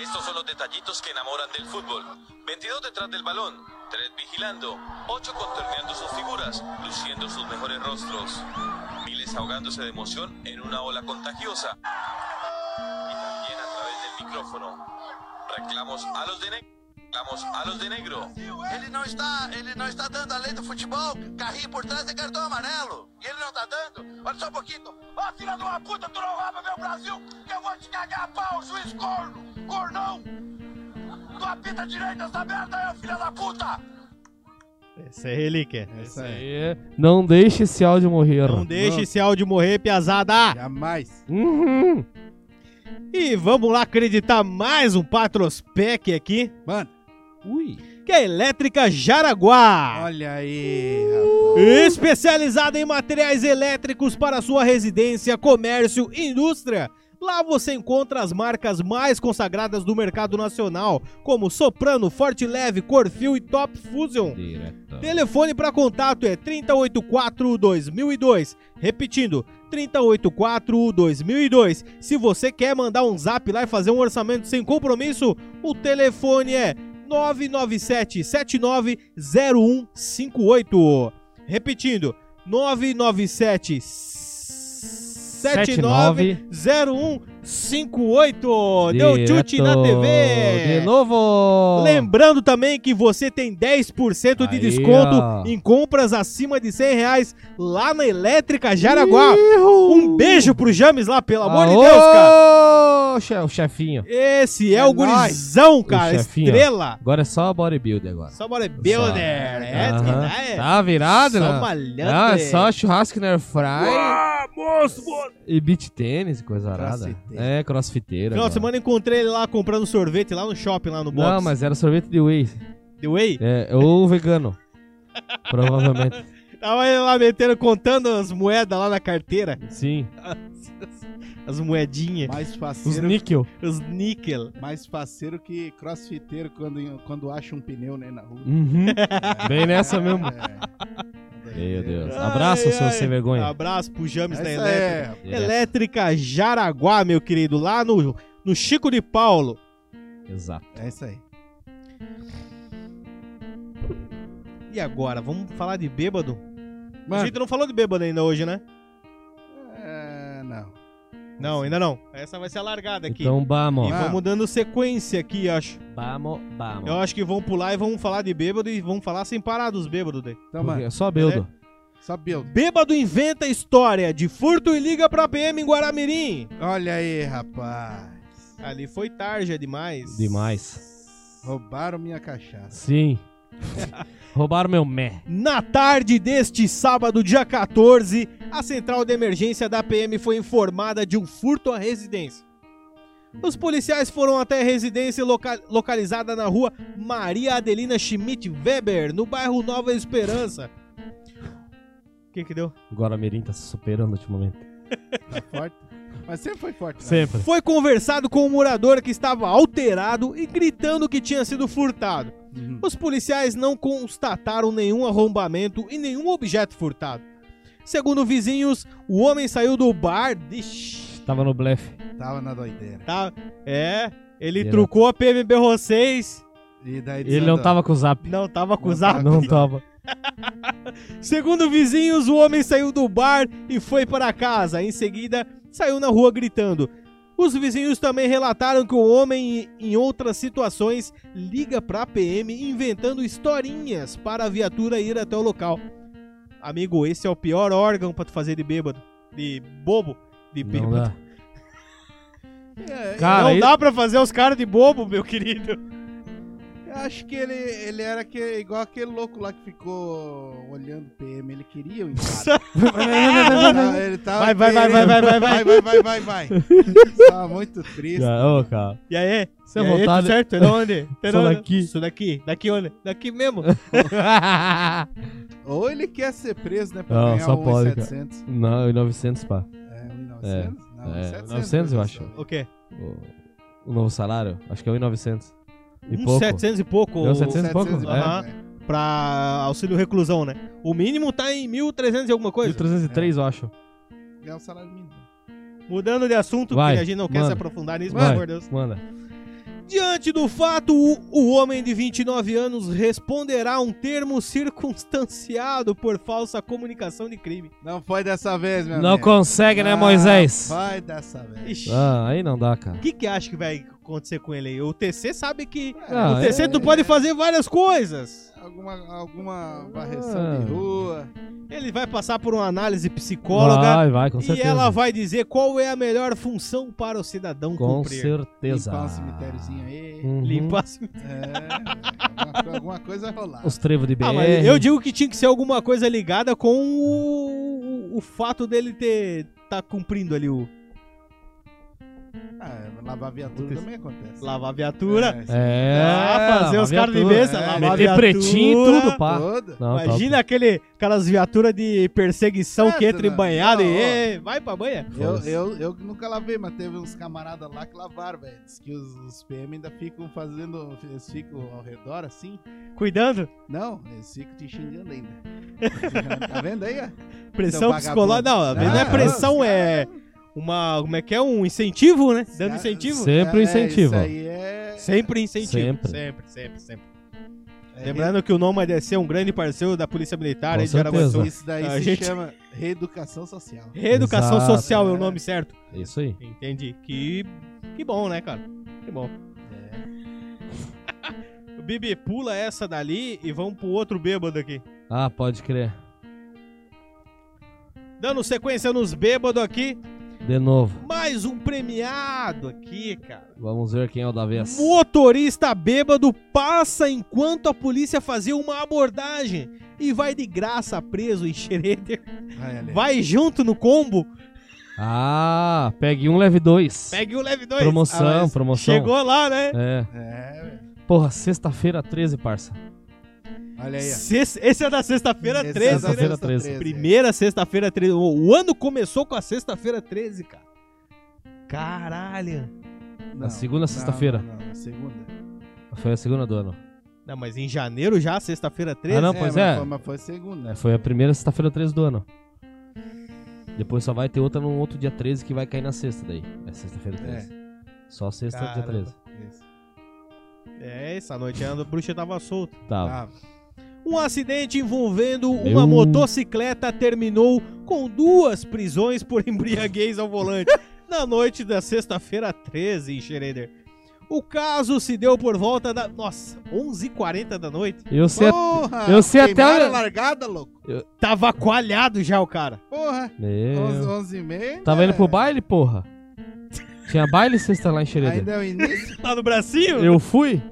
Estos son los detallitos que enamoran del fútbol. 22 detrás del balón, Tres vigilando, ocho contorneando sus figuras, luciendo sus mejores rostros. Miles ahogándose de emoción en una ola contagiosa. Y también a través del micrófono. Reclamos a los de negro. Reclamos a los de negro. Ele não está, ele não está dando a lei do futebol. Carrinho por trás é cartão amarelo. E ele não tá dando. Olha só um pouquinho. Ó, filha de uma puta, tu não rouba meu Brasil, que eu vou te cagar a pau, juiz corno, cornão. Tua pita direita está aberta aí, filha da puta.
Essa é relíquia. é
Essa é.
É, Não deixe esse áudio morrer.
Não deixe esse áudio morrer, piazada.
Jamais.
Uhum.
E vamos lá acreditar mais um Patrospec aqui,
Mano,
Ui.
que é a Elétrica Jaraguá.
olha aí, rapaz.
Especializada em materiais elétricos para sua residência, comércio e indústria. Lá você encontra as marcas mais consagradas do mercado nacional, como Soprano, Forte Leve, Corfil e Top Fusion. Telefone para contato é 384-2002. Repetindo, 384-2002. Se você quer mandar um zap lá e fazer um orçamento sem compromisso, o telefone é 997-790158. Repetindo, 997 79 0158 Deu chute na
Direto.
TV.
De novo.
Lembrando também que você tem 10% de
Aí,
desconto
ó.
em compras acima de 100 reais lá na Elétrica Jaraguá. Um beijo pro James lá, pelo amor de Deus, cara.
Ô, che- O chefinho.
Esse é,
É
o
nóis.
gurizão,
O
cara,
chefinho,
estrela.
Agora é só bodybuild agora.
Só bodybuilder, é,
Aham.
é,
Tá virado,
só
né?
malhando,
Não, é
é.
só churrasco na air fry. E beat tênis, e coisa arada.
Crossfiteiro.
É, crossfiteiro.
Final de
agora.
semana encontrei ele lá comprando sorvete lá no shopping, lá no box.
Não, mas era sorvete de whey.
The Way.
É, ou vegano. Provavelmente.
Tava ele lá metendo, contando as moedas lá na carteira.
Sim.
As moedinhas,
Mais
Os
faceiro,
níquel.
os níquel.
mais faceiro que crossfiteiro quando, quando acha um pneu, né, na rua.
Uhum. Bem nessa mesmo.
É.
Meu Deus. Abraço,
Ai,
seu
ai. Ah,
sem vergonha.
Abraço pro James
Essa
da Elétrica.
é...
Elétrica Jaraguá, meu querido, lá no, no Chico de Paulo.
Exato.
é isso aí.
E agora, vamos falar de bêbado? A
Mano,
gente não falou de bêbado ainda hoje, né?
é... não.
Não, ainda não. Essa vai ser a largada aqui.
Então,
E
vamos.
Ah.
vamos dando sequência aqui, acho.
Vamos,
Eu
vamos.
acho que vão pular e vão falar de bêbado e vão falar sem parar dos bêbados daí.
Então, mano,
Só Beldo.
só build.
Bêbado inventa história de furto e liga pra PM em Guaramirim.
Olha aí, rapaz.
Ali foi tarja demais.
Demais.
Roubaram minha cachaça.
Sim. Roubaram meu mé.
Na tarde deste sábado, dia 14, a central de emergência da PM foi informada de um furto à residência. Os policiais foram até a residência loca- localizada na rua Maria Adelina Schmidt Weber, no bairro Nova Esperança. O que que deu?
Agora a Mirim tá se superando ultimamente.
Tá forte? Mas sempre foi forte. né?
Sempre.
Foi conversado com um morador que estava alterado e gritando que tinha sido furtado.
Uhum.
Os policiais não constataram nenhum arrombamento e nenhum objeto furtado. Segundo vizinhos, o homem saiu do bar. Ixi,
Tava no blefe.
Tava na doideira.
tá? É, ele
Era.
trucou a PMBR 6.
E daí
Ele não
desandou.
tava com o zap.
Não tava
Não
acusado.
Não tava.
Segundo vizinhos, o homem saiu do bar e foi para casa. Em seguida, saiu na rua gritando. Os vizinhos também relataram que o homem, em outras situações, liga para a PM inventando historinhas para a viatura ir até o local. Amigo, esse é o pior órgão para tu fazer de bêbado, de bobo, de
Não
bêbado. Não
dá.
dá,
É,
Cara, ele- tá
para fazer os caras de bobo, meu querido.
eu acho que ele, ele era que, igual aquele louco lá que ficou olhando PM. Ele queria o empate. Não, ele tava
Vai, vai, vai, vai, vai, vai, vai.
vai, vai, vai, vai. Tava muito triste.
Já, ô, cara.
E aí?
Você é
E aí,
vontade.
tudo certo? É da onde? É da
Sou
onde?
daqui.
Sou daqui. Daqui onde? Daqui mesmo.
Ou ele quer ser preso, né? Pra
Não,
ganhar
só
um
pode, cara.
700.
Não, e 900, pá.
É, um 900? Não,
é,
700,
900 eu
né,
acho.
pessoal?
o quê?
O, o novo salário? Acho que é 1,900. E
Uns
pouco.
700 e pouco.
Deu 700 e pouco?
700
É.
pouco, né?
pra auxílio reclusão, né? O mínimo tá em 1.300 e alguma coisa.
1.303, eu acho.
Ganhar um salário mínimo.
Mudando de assunto,
Vai,
porque a gente não quer
manda.
se aprofundar nisso, pelo
Vai,
amor de Deus.
manda.
Diante do fato, o, o homem de 29 anos responderá a um termo circunstanciado por falsa comunicação de crime.
Não foi dessa vez, meu
Não
é.
amigo.
consegue,
Ah,
né,
Não
Moisés?
Foi dessa vez.
Ixi,
Ah, aí não dá, cara.
o que que acha que vai acontecer com ele aí? O TC sabe que
Ah,
o TC
é-
tu pode fazer várias coisas.
Alguma, alguma varreção de
Ah.
rua.
Ele vai passar por uma análise psicóloga
Vai, vai, com
e
certeza.
ela vai dizer qual é a melhor função para o cidadão
Com
cumprir.
certeza.
Limpar um cemitériozinho aí.
Uhum.
Limpar as-
É, alguma, alguma coisa rolar.
Os trevos de BR.
Ah, mas eu digo que tinha que ser alguma coisa ligada com o, o fato dele ter tá cumprindo ali o
Ah, lavar viatura também acontece.
lavar a viatura.
É,
É,
Ah, fazer os caras de mesa,
é,
lavar a
meter
viatura.
pretinho e tudo, pá.
Toda.
Não, tá-
Imagina aquele, aquelas viaturas de perseguição que
É,
entra em
não,
banhada
não,
e
ó.
"Ê, vai pra banha.
Eu,
Foda-se.
eu, eu que nunca lavei, mas teve uns camaradas lá que lavaram, velho. Diz que os, os PM ainda ficam fazendo. Eles ficam ao redor assim.
Cuidando,
Não, eles ficam te xingando ainda. tá vendo aí, ó?
pressão psicológica. Não, às vezes não é
Ah,
pressão,
os
é uma. Como é que é? Um incentivo, né?
Os
Dando
caras-
incentivo.
Sempre
Cara,
incentivo.
Isso aí é.
Sempre incentivo.
Sempre.
sempre, sempre. sempre.
é
Lembrando que o Nomad é ser um grande parceiro da Polícia Militar
Com
aí de Araguaçu.
certeza.
re- é, Isso daí
A
se
gente-
chama reeducação social.
Reeducação
Exato,
Social é o
é.
nome certo.
Isso aí.
Entendi. Que, que bom, né, cara? Que bom. O Bibi, pula essa dali e vamos pro outro bêbado aqui.
Ah, pode crer.
Dando sequência nos bêbados aqui,
De novo.
mais um premiado aqui, cara.
Vamos ver quem é o da vez.
Motorista bêbado passa enquanto a polícia fazia uma abordagem e vai de graça preso em Schroeder.
Vai, Ale.
Vai junto no combo,
Ah, pegue um, leve dois.
pegue o leve 2.
Promoção,
Ah, mas
promoção.
Chegou lá, né?
É.
É, velho.
Porra, sexta-feira 13, parça.
Olha aí, ó.
Sexta- Esse é da sexta-feira
Esse
13,
é
né?
da
Sexta-feira
sexta
13.
é.
Primeira sexta-feira 13. O o ano começou com a sexta-feira 13, cara. Caralho.
Não,
segunda,
não,
sexta-feira.
Não, não, na segunda.
Foi a segunda do ano.
Não, mas em janeiro já, sexta-feira 13?
Ah, não, pois
mas
é.
Foi, mas foi segunda.
É, Foi a primeira sexta-feira 13 do ano. Depois só vai ter outra no outro dia 13 que vai cair na sexta daí. É sexta-feira 13. Só sexta, dia
Caramba.
13.
Isso.
É, essa noite a bruxa tava solta.
Tá.
Ah,
Um acidente envolvendo
Meu.
uma motocicleta terminou com duas prisões por embriaguez ao volante na noite da sexta-feira 13 em Schroeder. O caso se deu por volta da. Nossa, 11h40 da noite.
Eu sei. a-
Porra!
eu sei até
queimaram
a-
a largada, louco.
Tava coalhado já o cara.
Porra.
Meu.
11 e meia.
É.
é.
Tava indo pro baile, porra? Tinha baile sexta lá em Xereda.
Ainda é o início.
Lá Tá no bracinho?
Eu fui?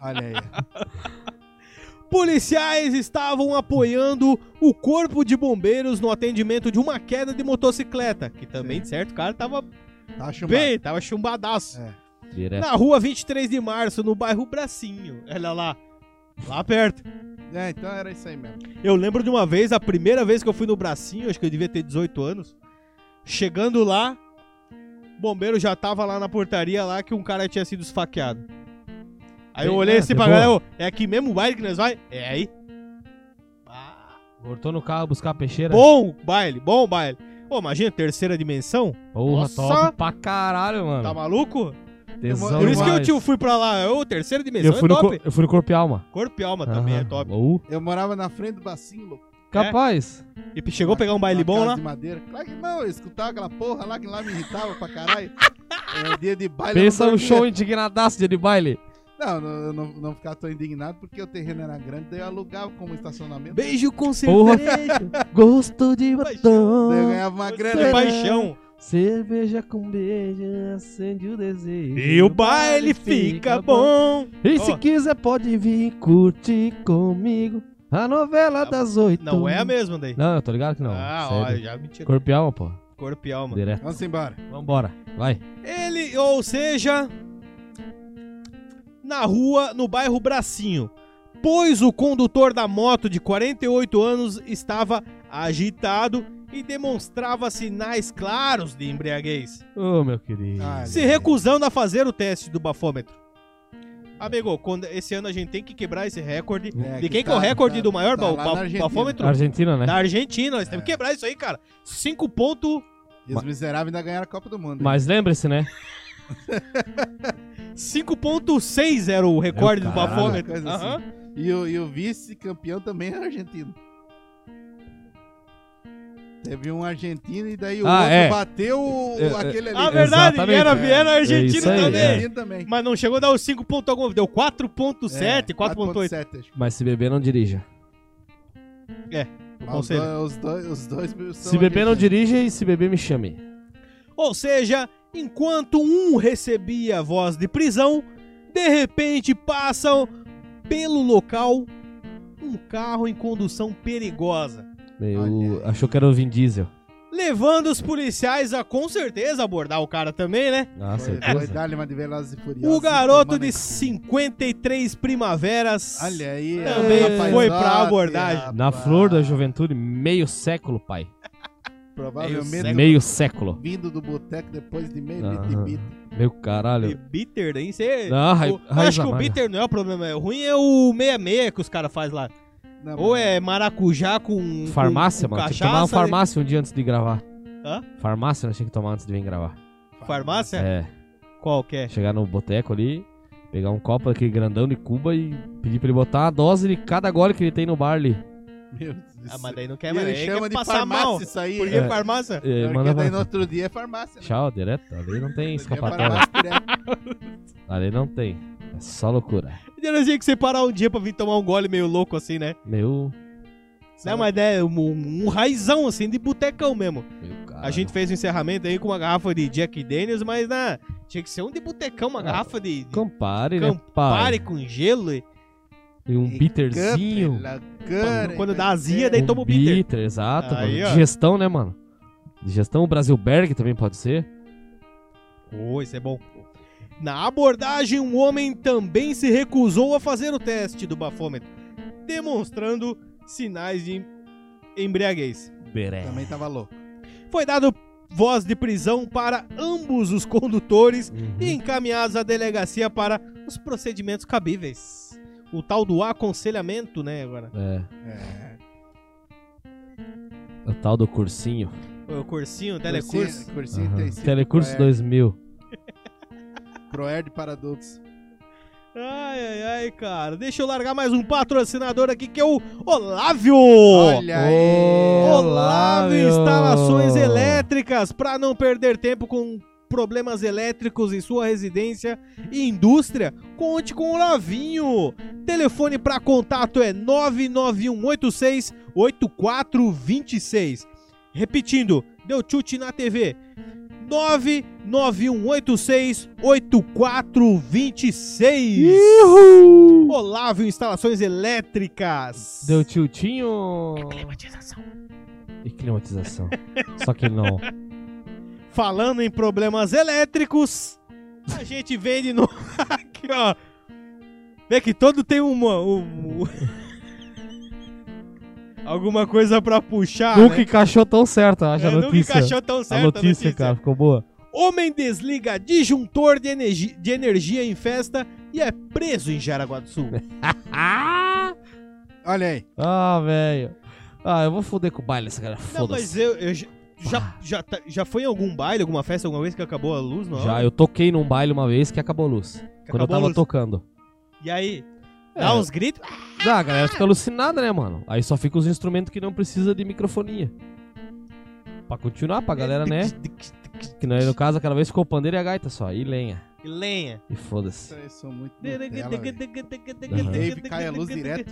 Olha aí. ó.
Policiais estavam apoiando o corpo de bombeiros no atendimento de uma queda de motocicleta, que também, de certo, o cara tava
Tá chumbado.
bem, tava chumbadaço.
É.
Direto.
Na rua 23 de março, no bairro Bracinho. Olha lá. Lá perto.
É, então era isso aí mesmo.
Eu lembro de uma vez, a primeira vez que eu fui no Bracinho, acho que eu devia ter 18 anos. Chegando lá, o bombeiro já tava lá na portaria lá que um cara tinha sido esfaqueado. Aí eu
Bem,
olhei
ah,
assim
de
pra
boa.
galera, ô, é aqui mesmo o baile que nós vai? É aí.
Voltou no carro buscar a peixeira.
Bom baile, bom baile. Ô, imagina, terceira dimensão?
Porra,
Nossa.
top pra caralho, mano.
Tá maluco?
Tesão
Por isso que eu
demais.
tio fui pra lá. Ô, terceira dimensão
Eu fui,
é
no,
top.
cor- eu fui no Corpo e Alma.
Corpo e alma também é
Aham.
top. É?
Ou,
Eu morava na frente do bacinho, louco.
capaz.
E chegou a pegar um baile
Uma
bom
casa
lá?
De madeira. Claro que não, eu escutava aquela porra lá que lá me irritava pra caralho. É dia de baile. eu
Pensa
não
um
dormia.
show indignadaço dia de baile.
Não, não- eu não, não ficava tão indignado porque o terreno era grande, daí eu alugava como estacionamento.
Beijo com
um
Porra.
cerveja.
Gosto de
batom,
Daí eu ganhava uma grana.
de é paixão.
Cerveja com beijo, acende o desejo.
E o baile fica bom.
E
Ó.
se quiser pode vir curtir comigo a novela
Não,
das oito.
Não é a mesma daí.
Não, eu tô ligado que não.
ah,
Sério.
ó, já me tirou.
Corpo e alma, pô.
Corpo e alma.
Direto.
Vamos embora.
Vambora, vai.
Ele, ou seja, na rua, no bairro Bracinho, pois o condutor da moto de 48 anos estava agitado e demonstrava sinais claros de embriaguez,
Ô, meu querido.
Ah,
se recusando a fazer o teste do bafômetro. Amigo, quando- esse ano a gente tem que quebrar esse recorde.
É,
de
que
quem que é
tá-
o recorde
tá-
do maior
tá
ba-
lá
ba-
na Argentina.
bafômetro?
Argentina, né?
Da Argentina, nós temos que quebrar isso aí, cara. 5 pontos
E os miseráveis ainda ganharam a Copa do Mundo.
Mas lembre-se, né?
5.6 era o recorde do
caralho.
bafômetro.
Coisa assim.
Aham.
E o, e o vice-campeão também era argentino. Teve um argentino e daí o
Ah,
outro
é.
bateu o-
É, é.
aquele ali.
Ah, verdade,
Exatamente.
era
É.
Viena
É
Argentina
isso aí,
também.
é.
Argentino também. É,
Mas não chegou a dar os 5 pontos alguma, deu 4.7, 4.8.
4.7, acho.
Mas se beber, não dirija.
Mas Os
Conselho.
dois, os dois, os dois são
Se beber, não
argentinos.
dirija e se beber, me chame.
Ou seja, enquanto um recebia a voz de prisão, de repente passam pelo local um carro em condução perigosa,
Meu,
Olha
achou que era o Vin Diesel.
levando os policiais a com certeza abordar o cara também, né?
É,
Ah,
Foi, foi
certeza.
dar-lhe uma de Velozes e Furiosos. então,
O garoto
tomando-
de 53 primaveras
Olha aí.
também
rapaz,
foi pra
olha,
abordagem.
Na
rapaz.
flor da juventude, meio século, pai.
Provavelmente
Meio século.
vindo do boteco depois de meio
Aham.
bit de bit.
Meu
E
caralho.
bitter, nem sei.
Não, ra-
O-
raiz
acho que o
amarga.
bitter não é o problema, é o ruim é o 66 que os caras fazem lá.
Não,
Ou
mas-
é maracujá com.
Farmácia,
com, com
mano. Tinha que
cachaça,
tomar uma
né?
farmácia um dia antes de gravar.
Hã?
Farmácia nós tinha que tomar antes de vir gravar.
Farmácia?
É.
Qualquer.
Chegar no boteco ali, pegar um copo daquele grandão de Cuba e pedir pra ele botar a dose de cada gole que ele tem no bar ali.
Meu Deus do
Ah,
céu.
mas daí não
E
quer mais.
ele
Ele
chama
quer
de
passar
farmácia
mal.
isso aí.
Por que
É.
farmácia?
É,
Porque
manda
daí
pra-
no outro dia é farmácia. né?
Tchau, direto. Ali não tem
Outro dia é
escapatória.
farmácia direto.
Ali não tem. É só loucura.
Eu não tinha que separar um dia pra vir tomar um gole meio louco assim, né?
Meu.
Não, mas é um, um raizão assim de botecão mesmo.
Meu cara.
A gente fez o encerramento aí com uma garrafa de Jack Daniels, mas né, tinha que ser um de botecão, uma
Ah,
garrafa de. de
Campari, né? Pare.
Campari com gelo. e-
E um
E
bitterzinho.
Capela, cara,
Quando dá
mas
azia,
é.
daí-
um
toma o bitter.
bitter. exato.
Aí,
mano.
ó.
Digestão, né, mano? Digestão, o Brasilberg também pode ser.
Oh, isso é bom. Na abordagem, um homem também se recusou a fazer o teste do bafômetro, demonstrando sinais de embriaguez.
Também tava louco.
Foi dado voz de prisão para ambos os condutores e
Uhum.
encaminhados à delegacia para os procedimentos cabíveis. O tal do aconselhamento, né, agora?
É.
É.
O tal do cursinho.
O cursinho, o telecurso.
Cursinho, né? cursinho
Aham.
intensivo.
Telecurso
Proerd-
2000.
Proerd para adultos.
Ai, ai, ai, cara. Deixa eu largar mais um patrocinador aqui que é o Olávio.
Olha aí.
Olávio
Olávio.
Instalações Elétricas para não perder tempo com problemas elétricos em sua residência e indústria, conte com o Olavinho. Telefone para contato é 99186 8426. Repetindo, deu chute na TV. 99186 8426. Olávio Instalações Elétricas.
Deu tiltinho. E climatização. Só que não.
Falando em problemas elétricos, a gente vende no. Aqui, ó. Vê que todo tem uma. um- um- Alguma coisa pra puxar.
nunca
né?
encaixou tão certo, acho a
É, nunca
notícia.
encaixou tão certo
a notícia, cara, ficou boa.
Homem desliga disjuntor de, energi- de energia em festa e é preso em Jaraguá do
É,
Sul. Ah!
Olha aí.
Ah, velho. Ah, eu vou foder com o baile, essa cara.
Não, mas é,
Foda-se.
eu, eu já, já, já, tá- já foi em algum baile, alguma festa, alguma vez que acabou a luz? Não?
Já, eu toquei num baile uma vez que acabou a luz.
Que
quando eu
acabou a
tava
luz.
tocando.
E aí?
É.
Dá uns gritos?
Ah, a galera fica alucinada, né, mano? Aí só fica os instrumentos que não precisa de microfonia. Pra continuar,
É,
pra galera, né? Que não é, no caso, aquela vez ficou o pandeiro e a gaita só. E lenha.
E lenha.
E
É
foda-se.
Vocês são muito Nutella, velho.
Aham.
Dave
O Dave cai a luz direto.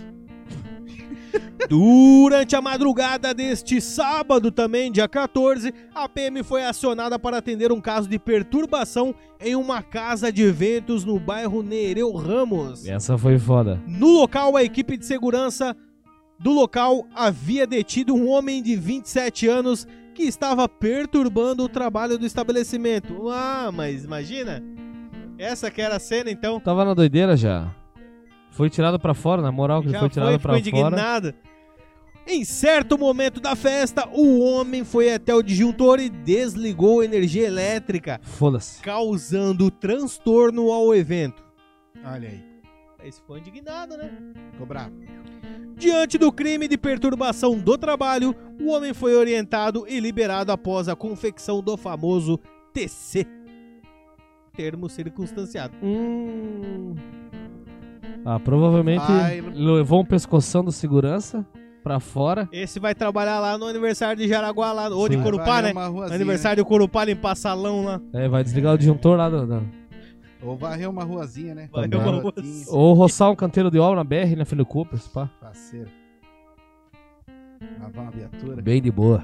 Durante a madrugada deste sábado, também dia 14, a PM foi acionada para atender um caso de perturbação em uma casa de eventos no bairro Nereu Ramos.
É.
Essa foi foda.
No local, a equipe de segurança do local havia detido um homem de 27 anos que estava perturbando o trabalho do estabelecimento. Ah, mas imagina! Essa que era a cena, então.
Tava na doideira já. Foi tirado pra fora, na moral, que
Já
foi tirado
ficou
pra fora.
indignado. Em certo momento da festa, o homem foi até o disjuntor e desligou a energia elétrica,
Foda-se.
causando transtorno ao evento.
Olha aí.
Esse foi indignado, né?
Ficou bravo.
Diante do crime de perturbação do trabalho, o homem foi orientado e liberado após a confecção do famoso TC. termo circunstanciado.
Hum. Ah, provavelmente
Ai,
levou um pescoção do segurança pra fora.
Esse vai trabalhar lá no aniversário de Jaraguá, lá, ou de
Sim.
Corupá,
Vai
né?
uma ruazinha.
Aniversário de Corupá, limpar salão lá.
É, vai desligar o disjuntor lá da. da-
Ou varrer uma ruazinha, né?
Varrer
uma
Garotinho,
Ou roçar um canteiro de obra na BR, na Filho Cooper, se pá.
Parceiro. Lavar uma viatura.
Bem de boa.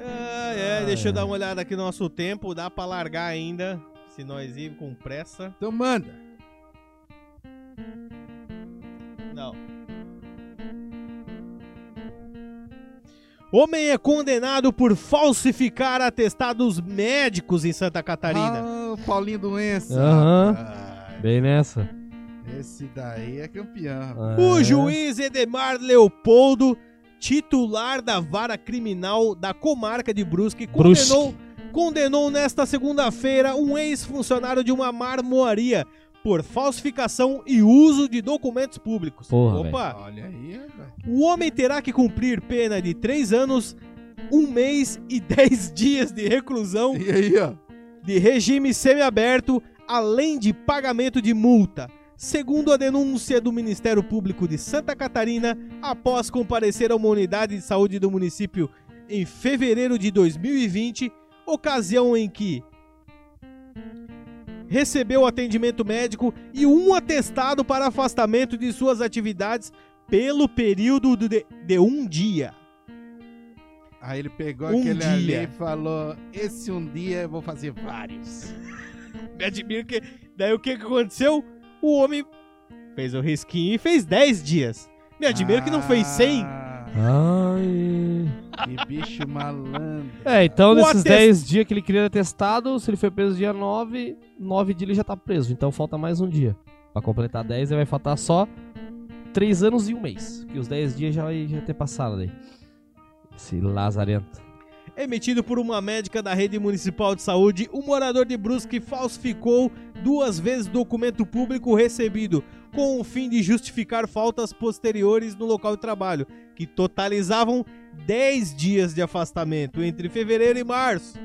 É, é, deixa eu dar uma olhada aqui no nosso tempo, dá pra largar ainda, se nós ir com pressa.
Então manda.
Não. Homem é condenado por falsificar atestados médicos em Santa Catarina.
Ah, o Paulinho Doença.
Aham.
rapaz.
Bem nessa.
Esse daí é campeão. rapaz.
É.
O juiz Edemar Leopoldo, titular da vara criminal da comarca de Brusque,
Brusque.
condenou, condenou nesta segunda-feira um ex-funcionário de uma marmoaria por falsificação e uso de documentos públicos.
Porra,
Opa!
Olha aí, rapaz.
O homem terá que cumprir pena de 3 anos, 1 mês e 10 dias de reclusão
E aí, ó.
de regime semiaberto, além de pagamento de multa. Segundo a denúncia do Ministério Público de Santa Catarina, após comparecer a uma unidade de saúde do município em fevereiro de 2020, ocasião em que recebeu atendimento médico e um atestado para afastamento de suas atividades pelo período de, de um dia.
Aí ele pegou
Um
aquele
dia.
ali e falou: Esse um dia eu vou fazer vários.
Me admiro que. Daí o que, que aconteceu? O homem fez o risquinho e fez 10 dias. Me admiro que não fez 100.
Ah,
Ai.
Que bicho malandro.
É, então
O
nesses
atest-
10 dias que ele queria atestado, se ele foi preso dia 9, 9 dias ele já tá preso. Então falta mais um dia. Pra completar 10, ele vai faltar só 3 anos e um mês. Que os 10 dias já vai já ter passado daí. Esse lazarento.
Emitido por uma médica da rede municipal de saúde, o morador de Brusque falsificou duas vezes documento público recebido, com o fim de justificar faltas posteriores no local de trabalho, que totalizavam 10 dias de afastamento entre fevereiro e março.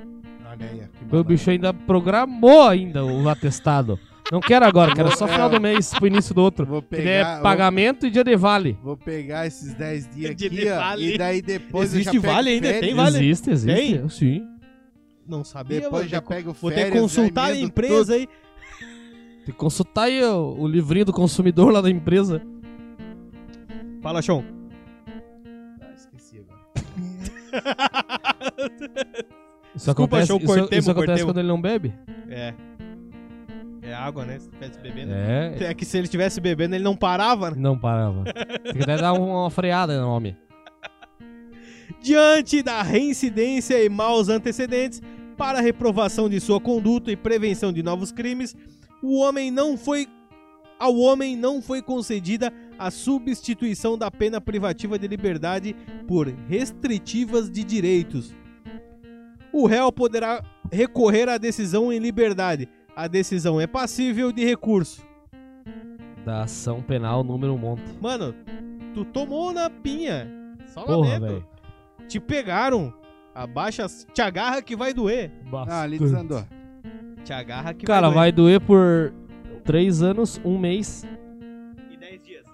Olha aí, ó, que
O bicho ainda programou ainda o atestado. Não quero agora, quero só final do mês pro início do outro.
Vou
Que daí é
pegar, vou-
pagamento e dia de vale.
Vou pegar esses 10 dias
De
aqui, ó,
vale.
e daí depois
Existe
eu já pego
vale ainda?
férias.
Tem vale?
Existe, existe.
Tem?
Sim.
Não sabia,
Depois
vou
já
ter-
pego
vou
férias.
ter que consultar
já
a
emendo
empresa aí.
Tem que consultar aí o, o livrinho do consumidor lá da empresa.
Fala, Sean.
tudo. Ah, esqueci agora.
Isso
Desculpa,
acontece,
show,
isso,
cortemos,
isso acontece
cortemos.
quando ele não bebe?
É. É água, né? Se tivesse bebendo.
É.
É que se ele estivesse bebendo, ele não parava, né?
Não parava. Tem que até dar uma freada no homem.
Diante da reincidência e maus antecedentes, para reprovação de sua conduta e prevenção de novos crimes, o homem não foi ao homem não foi concedida a substituição da pena privativa de liberdade por restritivas de direitos. O réu poderá recorrer à decisão em liberdade. A decisão é passível de recurso.
Da ação penal número um monte.
Mano, tu tomou na pinha. Só
Porra,
lamento.
velho.
Te pegaram. Abaixa, te agarra que vai doer.
Ah, ali desandou.
Te agarra que
Cara,
vai
vai doer por 3 anos, um mês.
doer. E 10 dias.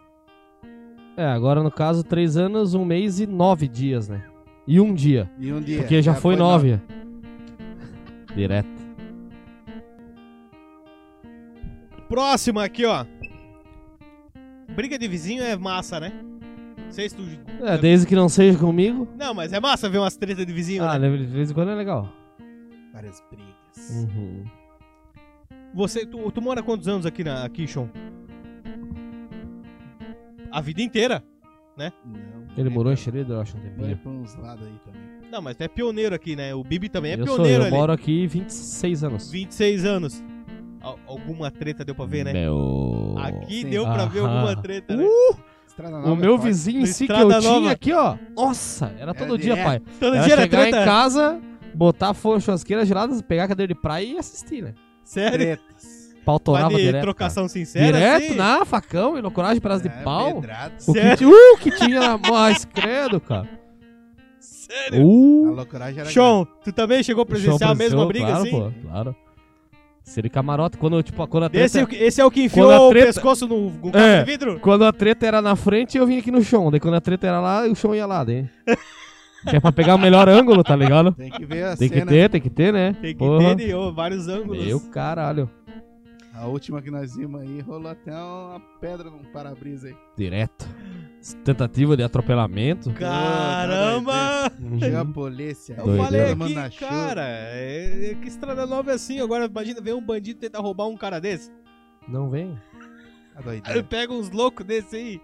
É, agora no caso, 3 anos, um mês e 9 dias, né? E um dia.
E um dia.
É,
Porque já foi 9. Direto.
Próximo aqui, ó. Briga de vizinho é massa, né? Não sei se tu.
É, desde que não seja comigo.
Não, mas é massa ver umas tretas de vizinho.
Ah,
né?
de vez em quando é legal.
Várias brigas.
Uhum. Ah.
Você, tu, tu mora quantos anos aqui, na, aqui, Sean? A vida inteira?
Não,
Ele morou em
Então.
Xerém.
Schroeder, eu acho, um tempinho.
Vai pra uns lados aí também.
Não, mas tu é pioneiro aqui, né? O Bibi também é
eu sou,
pioneiro
eu
ali.
moro aqui 26 anos.
26 anos. Al- alguma treta deu pra ver, né?
Meu...
Aqui
Sim.
deu pra ver
Aham. Uh,
alguma treta, né?
Estrada
O
Nova é
meu
forte.
vizinho em
No
si que eu
Estrada Nova. É
tinha aqui, ó. Nossa, era todo
Era
dia,
direto.
pai.
Todo
Era
dia era
chegar
treta.
em casa, botar a fo- churrasqueira gelada, pegar a cadeira de praia e assistir, né?
Sério?
Tretas.
Pautorava
Mas de
direto. cara.
trocação sincera?
Direto,
assim?
na facão, e no coragem, pedaço
É,
de pau.
pedradas.
O que,
Sério?
ti- uh, que tinha na mais credo, cara.
Sério?
Uh,
A loucuragem era
Sean, tu também chegou a presenciar a mesma
show,
briga
claro,
assim?
Pô, claro. Seria camarote. Quando, tipo, quando a treta...
Esse, é o que- esse é o que enfiou
Quando a
o
treta-
pescoço no, no
É.
de vidro?
Quando a treta era na frente, eu vinha aqui no chão. Daí quando a treta era lá, o chão ia lá, daí. Que é pra pegar o melhor ângulo, tá ligado?
Tem que ver a
Tem que
cena.
ter, tem que ter, né?
Tem que
Porra.
ter de, ô, vários ângulos.
Meu caralho.
A última que nós vimos aí rolou até uma pedra num para-brisa aí.
Uhum. Direto. Tentativa de atropelamento.
Caramba!
Chega a polícia.
Eu
Doideira.
falei
Manda na
aqui,
chuva.
cara, é, é que estrada nova é assim. Agora imagina ver um bandido tentar roubar um cara desse.
Não vem.
Tá
É,
Aí
doideira.
pega uns loucos desse aí.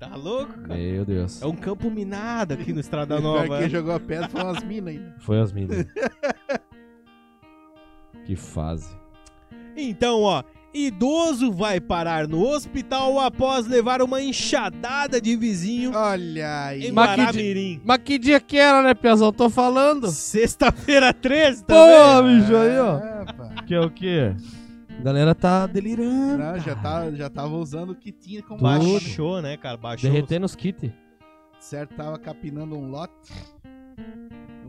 Tá louco? cara?
Meu Deus.
É um campo minado aqui no Estrada
O
Nova. né?
pior
é.
que jogou a pedra foi umas minas ainda.
Foi as minas. que fase.
Então, ó, idoso vai parar no hospital após levar uma enxadada de vizinho
Olha aí.
em
Mas que
Guaramirim.
Mas que dia que era, né, Piazão? Tô falando.
Sexta-feira tá 13
Pô,
também.
bicho, aí, ó.
É, pá.
Que tá é o quê? A galera tá delirando.
Não, já, tá, já tava usando o que tinha com baixo.
Baixou, né, cara? Baixou.
Derretendo os kits.
Certo, tava capinando um lote.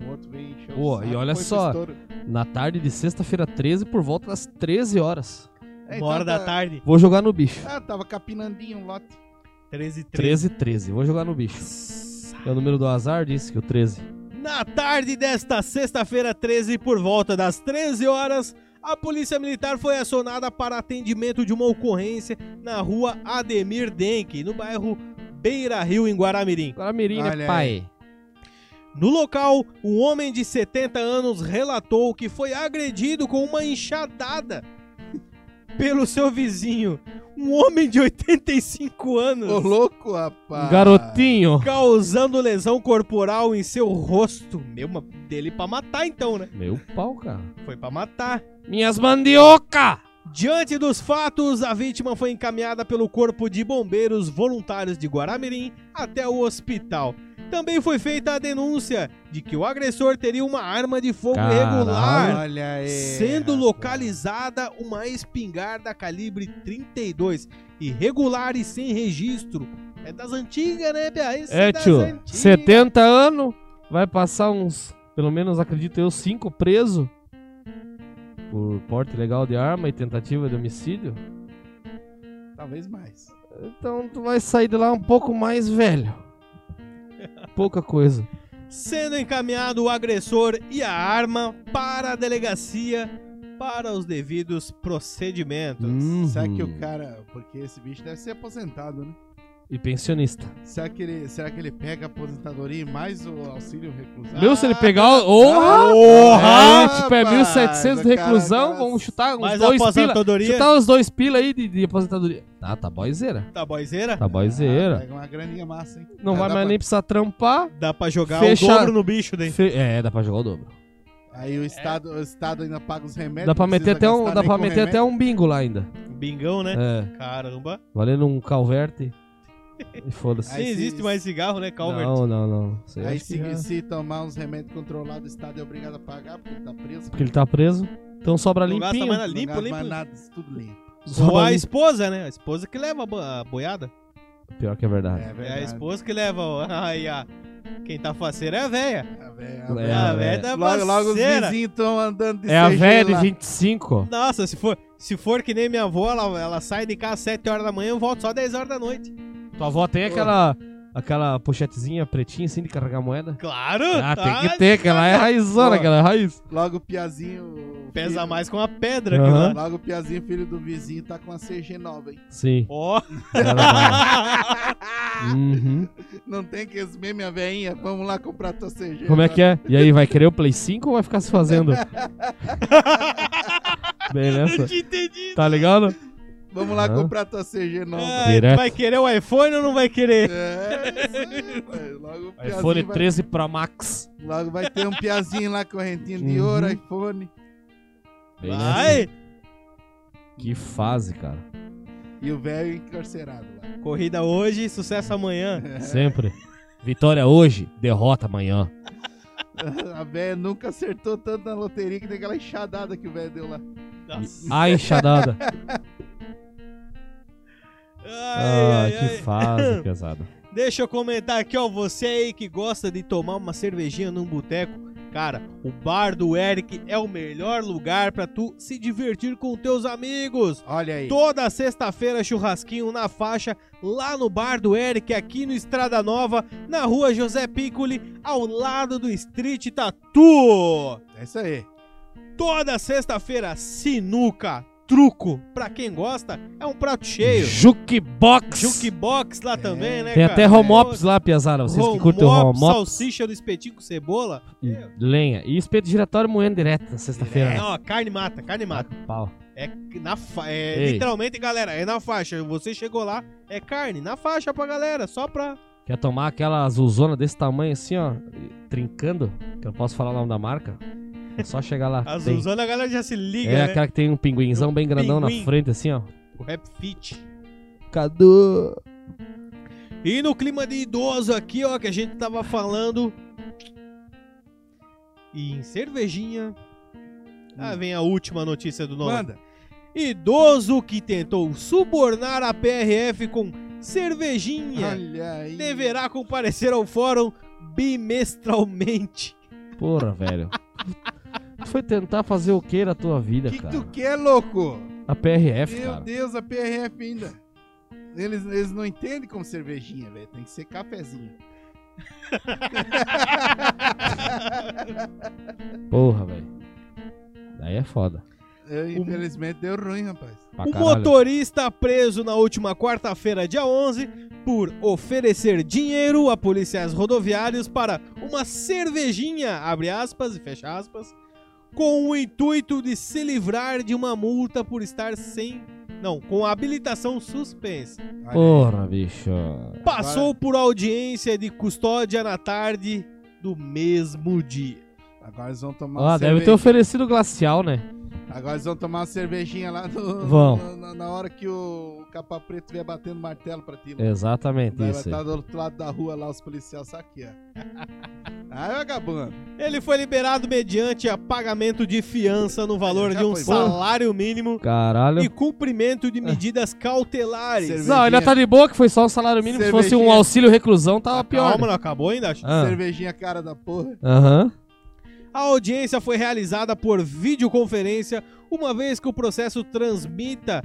O outro veio encher
Pô,
o saco,
e olha
foi pro
só.
estouro.
Na tarde de sexta-feira 13, por volta das 13 horas.
Uma
É, então
hora da
tá-
tarde,
Vou jogar no bicho.
Ah, tava capinandinho um lote.
13 13
13 13. Vou jogar no bicho. É o número do azar, disse que o 13.
Na tarde desta sexta-feira 13, por volta das 13 horas, a Polícia Militar foi acionada para atendimento de uma ocorrência na rua Ademir Denk, no bairro Beira Rio, em Guaramirim.
Agora mirim,
Olha
né,
aí.
pai?
No local, um homem de 70 anos relatou que foi agredido com uma enxadada pelo seu vizinho, um homem de 85 anos,
Ô, louco, rapaz.
Garotinho.
causando lesão corporal em seu rosto. Meu, mas dele pra matar então, né?
Meu pau, cara.
Foi pra matar.
Minhas mandioca!
Diante dos fatos, a vítima foi encaminhada pelo Corpo de Bombeiros Voluntários de Guaramirim até o hospital. Também foi feita a denúncia de que o agressor teria uma arma de fogo
Caralho. É,
regular,
Olha aí.
sendo
rapaz.
localizada uma espingarda calibre 32, irregular e sem registro. É das antigas, né, Bia? Isso
É,
das
tio.
antigas.
70 anos. Vai passar uns, pelo menos acredito eu, 5 preso. Por porte legal de arma e tentativa de homicídio.
Talvez mais.
Então tu vai sair de lá um pouco mais velho. Pouca coisa.
Sendo encaminhado o agressor e a arma para a delegacia para os devidos procedimentos.
Então, Será que
Uhum.
o cara. Porque esse bicho deve ser aposentado, né?
E pensionista.
Será que ele, será que ele pega a aposentadoria e mais o auxílio Ah, reclusão?
Meu, se ele pegar. Porra!
Porra!
É, tipo, é 1.700 de
tá. Cara, tá
reclusão.
cara,
Vamos chutar uns
Mas a
dois pila.
aposentadoria
Chutar os dois pila aí de, de aposentadoria. Ah, tá boizeira.
da boizeira
Tá
Ah,
boizeira.
pega uma graninha massa, hein?
Não
Ah,
vai
dá
mais
pra-
nem precisar trampar.
dá pra jogar
Fecha-
o dobro no bicho, né?
Fe- É, dá pra jogar o dobro.
Aí o Estado, o estado ainda paga os remédios.
Dá pra
não
meter
precisa
até um, dá
gastar nem né?
pra
com
meter
remédio.
até um bingo lá ainda.
Bingão, né?
É,
Caramba.
valendo um calverte. E foda-se.
Aí
Nem
se-
existe mais cigarro, né, Calvert?
Não, não, não. Isso aí
Aí
um- acho que
se,
já-
se tomar uns remédios controlados, o Estado é obrigado a pagar, porque ele tá preso.
Porque ele tá preso. Então sobra
Não gasta
limpinho.
mais nada,
Não
Ah, limpo,
gasta
limpo.
mais nada, isso tudo limpo.
Sobra
Ou a
limpo.
esposa, né? A esposa que leva a bo- a boiada.
Pior que é verdade.
É
É a
verdade.
esposa que leva. o- Ai, a... Quem tá faceira é a véia.
É, velho,
É,
velho.
a
a
véia
véia.
tá
Logo, logo os
faceira.
vizinhos estão andando de
É, a
CG
velha de
lá.
25. ó.
Nossa, se for, se for que nem minha avó, ela, ela sai de casa às 7 horas da manhã e volta só 10 horas da noite.
Tua avó tem aquela, aquela pochetezinha pretinha assim de carregar moeda?
Claro!
Ah,
tá?
tem que ter, aquela é raizona,
Pô.
aquela é raiz.
Logo o Piazinho. o
Pesa
filho-
mais com a pedra que
Aham.
lá.
Logo o Piazinho, filho do vizinho, tá com a CG nova, hein?
Sim.
Ó,
era brava. Uhum.
Não tem que esmer minha veinha. Vamos lá comprar tua CG.
Como é que é? E aí, vai querer o Play 5 ou vai ficar se fazendo? Bem
eu
nessa.
te entendi.
Tá ligado?
Vamos lá
Aham.
comprar tua CG nova.
Ai,
Direto.
vai querer o iPhone ou não vai querer?
É, isso aí, pai. logo o Piazinho
iPhone
vai-
13 Pro Max.
Logo vai ter um piazinho lá, correntinha de
Uhum.
ouro, iPhone.
Bem nessa.
Vai!
Que fase, cara.
E o velho encarcerado lá. É,
Corrida hoje, sucesso amanhã.
Sempre. Vitória hoje, derrota amanhã.
A velha nunca acertou tanto na loteria que tem aquela enxadada que o velho deu lá.
Nossa.
A enxadada. Ah,
Ai, ai, ai.
que fase, pesado.
Deixa eu comentar aqui, ó. Você aí que gosta de tomar uma cervejinha num boteco Cara, o bar do Eric é o melhor lugar pra tu se divertir com teus amigos.
Olha aí.
Toda sexta-feira, churrasquinho na faixa, lá no bar do Eric, aqui no Estrada Nova, na rua José Piccoli, ao lado do Street Tatu.
É isso aí.
Toda sexta-feira, sinuca, truco, pra quem gosta, é um prato cheio.
Jukebox.
Jukebox lá também, né,
Tem
cara?
até home ops lá, Piazara. Vocês que curtem o
Home
home
ops,
ops.
Salsicha no espetinho com cebola.
e Lenha. E espeto giratório moendo direto na sexta-feira. né?
Não, carne mata, carne mata.
Pau.
É, na fa... é
Ei.
literalmente, galera, é na faixa. Você chegou lá, é carne, na faixa pra galera, só pra.
Quer tomar aquela azulzona desse tamanho assim, ó, e- trincando? Que eu não posso falar o nome da marca. É só chegar lá.
As
Tem.
a galera já se liga,
É
né?
aquela que tem um pinguinzão bem grandão
pinguim.
na frente, assim, ó.
O Rap Fit.
Cadu.
E no clima de idoso aqui, ó, que a gente tava falando. E em cervejinha.
Hum.
Ah, vem a última notícia do Nolan.
Manda.
Idoso que tentou subornar a PRF com
é?
cervejinha
Olha aí.
deverá comparecer ao fórum bimestralmente.
Porra, velho. tu foi tentar fazer o que na tua vida,
O que, que
cara?
tu quer, louco?
A PRF,
Meu
cara.
Deus, a PRF ainda. Eles, eles não entendem como cervejinha, velho. Tem que ser cafezinho.
Porra, velho. Daí é foda.
Eu, infelizmente deu ruim, rapaz.
Pra
O
caralho.
Um motorista preso na última quarta-feira, dia 11, por oferecer dinheiro a policiais rodoviários para uma cervejinha, abre aspas e fecha aspas, com o intuito de se livrar de uma multa por estar sem, não, com a habilitação suspensa.
Olha aí.
Porra, bicho.
Passou por audiência de custódia na tarde do mesmo dia.
Agora eles vão tomar
Ó,
uma
Ah, deve ter
cerveja.
oferecido glacial, né?
Agora eles vão tomar uma cervejinha lá no,
Vão.
no- na, na hora que o capa preto vier batendo martelo pra ti. lá.
Exatamente
Daí vai tá
isso. aí.
estar do outro lado da rua lá os policiais saqueando.
Hum.
Ai, vagabundo.
Ele foi liberado mediante a pagamento de fiança no valor
Já
de um
foi bom.
salário mínimo
Caralho.
e cumprimento de medidas cautelares.
Cerve-
Ah. Não, ainda tá de boa que foi só o salário mínimo. Se fosse um
Cervejinha. Tá
auxílio reclusão, tava pior.
Calma,
né?
não acabou ainda? acho.
Ah,
Cervejinha cara da porra.
Aham.
A audiência foi realizada por videoconferência, uma vez que o processo transmita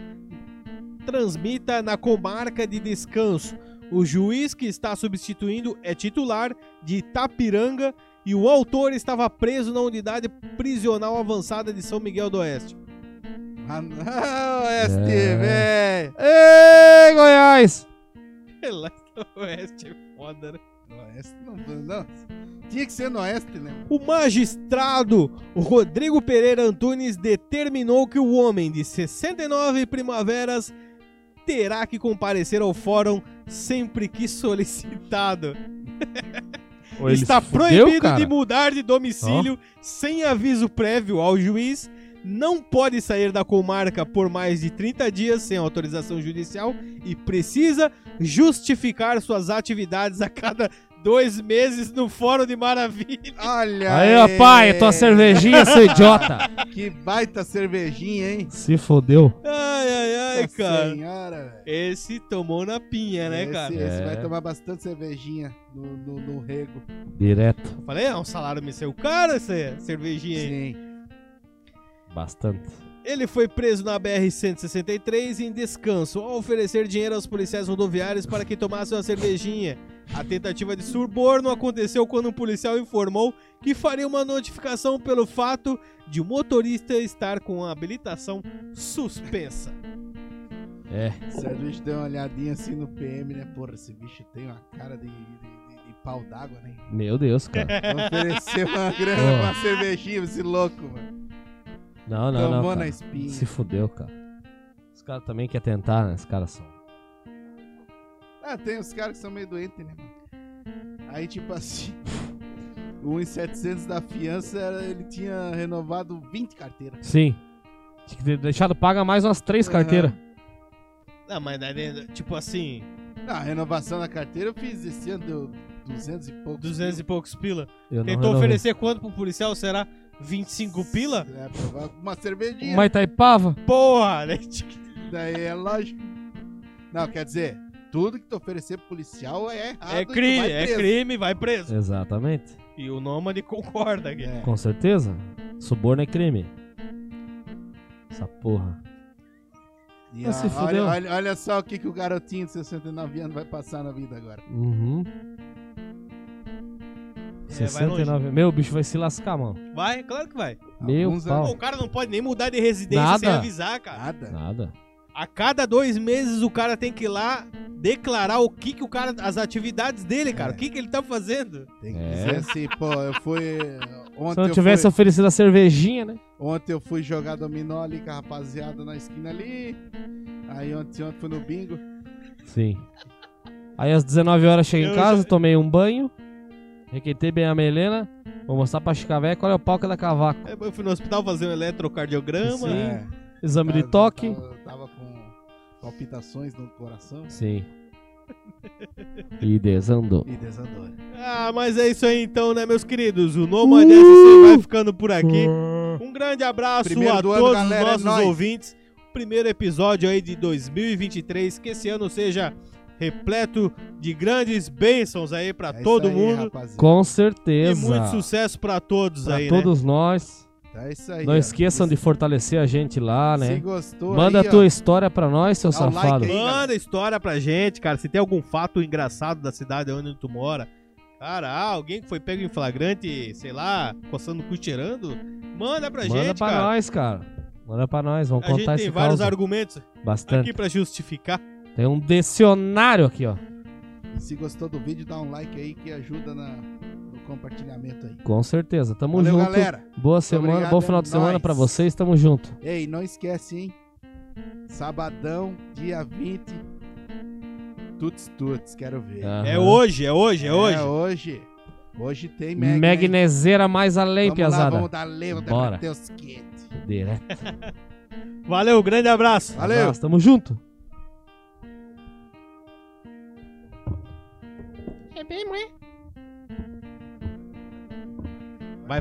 transmita na comarca de descanso. O juiz que está substituindo é titular de Itapiranga e o autor estava preso na unidade prisional avançada de São Miguel do Oeste.
Ah, não, ST,
É.
velho.
Ei, Goiás!
Lá no Oeste é foda, né?
No Oeste não, não. Tinha que ser no Oeste, né?
O magistrado Rodrigo Pereira Antunes determinou que o homem de 69 primaveras terá que comparecer ao fórum sempre que solicitado.
Ô, ele
Está
se fudeu,
proibido
cara.
de mudar de domicílio sem aviso prévio ao juiz. Não pode sair da comarca por mais de 30 dias sem autorização judicial e precisa justificar suas atividades a cada dois meses no Fórum de Maravilha.
Olha
Aí, ó, pai, tua cervejinha, seu idiota!
Que baita cervejinha, hein?
Se fodeu.
Ai, ai, ai,
Tá
Nossa
cara.
Senhora, velho.
Esse tomou na pinha, né,
esse,
cara?
esse
É.
vai tomar bastante cervejinha no, no, no rego.
Direto.
Eu falei, é um salário me seu cara essa cervejinha aí.
Sim.
Bastante.
Ele foi preso na BR-163 em descanso ao oferecer dinheiro aos policiais rodoviários para que tomassem uma cervejinha. A tentativa de suborno aconteceu quando um policial informou que faria uma notificação pelo fato de o motorista estar com a habilitação suspensa.
É.
O Sérgio deu uma olhadinha assim no PM, né? Porra, esse bicho tem uma cara de, de, de- de pau d'água, né?
Meu Deus, cara.
Ofereceu uma grana
Ó.
pra uma cervejinha, esse louco, mano.
Não, não,
Tomou
não. cara.
na espinha.
Se fudeu, cara. Os caras também querem tentar, né? Os caras são.
Ah, tem os caras que são meio doentes, né, mano? Aí, tipo assim, o 1,700 da fiança, era- ele tinha renovado 20 carteiras.
Sim. Tinha que ter deixado paga mais umas três carteiras.
Ah, mas daí, tipo assim,
Ah, a renovação da carteira eu fiz esse ano, deu 200 e pouco.
200 e poucos pila.
Eu não
Tentou
renovei.
oferecer quanto pro policial? Será 25 pila?
É, prova- uma cervejinha.
tá Uma Itaipava?
Porra, né?
Daí é lógico. Não, quer dizer, Tudo que tu oferecer pro policial é errado.
é
e tu
crime,
vai
é
preso.
crime, vai preso.
Exatamente.
E o Nômade concorda aqui.
É.
Com certeza. Suborno é crime. Essa porra.
E,
Ah, se
ó, olha,
fudeu.
olha, olha só o que, que o garotinho de 69 anos vai passar na vida agora.
Uhum.
É, vai longe.
69. Meu, o bicho vai se lascar, mano.
Vai, claro que vai.
Meu
Alguns
pau.
Pô, o cara não pode nem mudar de residência
Nada.
sem avisar, cara.
Nada.
Nada.
A cada dois meses o cara tem que ir lá declarar o que que o cara, as atividades dele, cara.
É.
O que que ele tá fazendo?
Tem que
É.
dizer assim, pô, eu fui.
Se
Ontem
eu
eu
não tivesse
fui-
oferecido a cervejinha, né?
Ontem eu fui jogar dominó ali com a rapaziada na esquina ali. Aí ontem, ontem fui no bingo.
Sim. Aí às 19 horas cheguei
Eu
em
já-
casa, tomei um banho, requentei bem a melena, vou mostrar pra Chica Véia qual é o pau que é da cavaco.
É, Eu fui no hospital fazer um eletrocardiograma.
Sim.
É,
Exame
tava-
de toque.
Tava, tava com palpitações no coração
Sim. E desandou.
e desandou.
Ah, mas é isso aí então, né, meus queridos? O
Uh!
Nômade dessa semana vai ficando por aqui.
Ah.
Um grande abraço
Primeiro
a
do ano,
todos
galera, é
os nossos
nóis.
ouvintes. Primeiro episódio aí de 2023. Que esse ano seja repleto de grandes bênçãos aí pra
É isso
todo
aí,
mundo.
rapaziada.
Com
E
certeza.
muito sucesso pra todos
Pra
aí, né?
todos nós.
É isso aí.
Não
ó.
esqueçam de fortalecer a gente lá,
Se
né?
gostou,
Manda
aí,
a tua história pra nós, seu
um
Dá o like
safado.
aí.
Manda história pra gente, cara. Se tem algum fato engraçado da cidade onde tu mora. Cara, ah, alguém que foi pego em flagrante, sei lá, coçando o cu e cheirando, manda pra
Manda
gente,
pra
cara.
nós, cara. Manda pra nós, vamos
A gente
contar
tem
esse
vários
caso.
argumentos
Bastante.
aqui pra justificar.
Tem um dicionário aqui, ó.
ó. Se gostou do vídeo, dá um like aí que ajuda na- no compartilhamento aí.
Com certeza. Tamo
Valeu,
junto.
galera.
Boa semana,
obrigado,
bom
é
final de semana
nóis.
pra vocês. Tamo junto.
Ei, não esquece, hein? Sabadão, dia 20. Tuts, tuts, quero ver.
Ah.
É hoje, é hoje, é hoje.
É hoje. Hoje tem Mag. né?
Magneseira mais além,
Vamos lá,
piazada.
vamos dar leva,
Bora.
derreter os quentes.
Direto.
Valeu, grande abraço.
Valeu.
Abraço, Tamo junto.
Vai,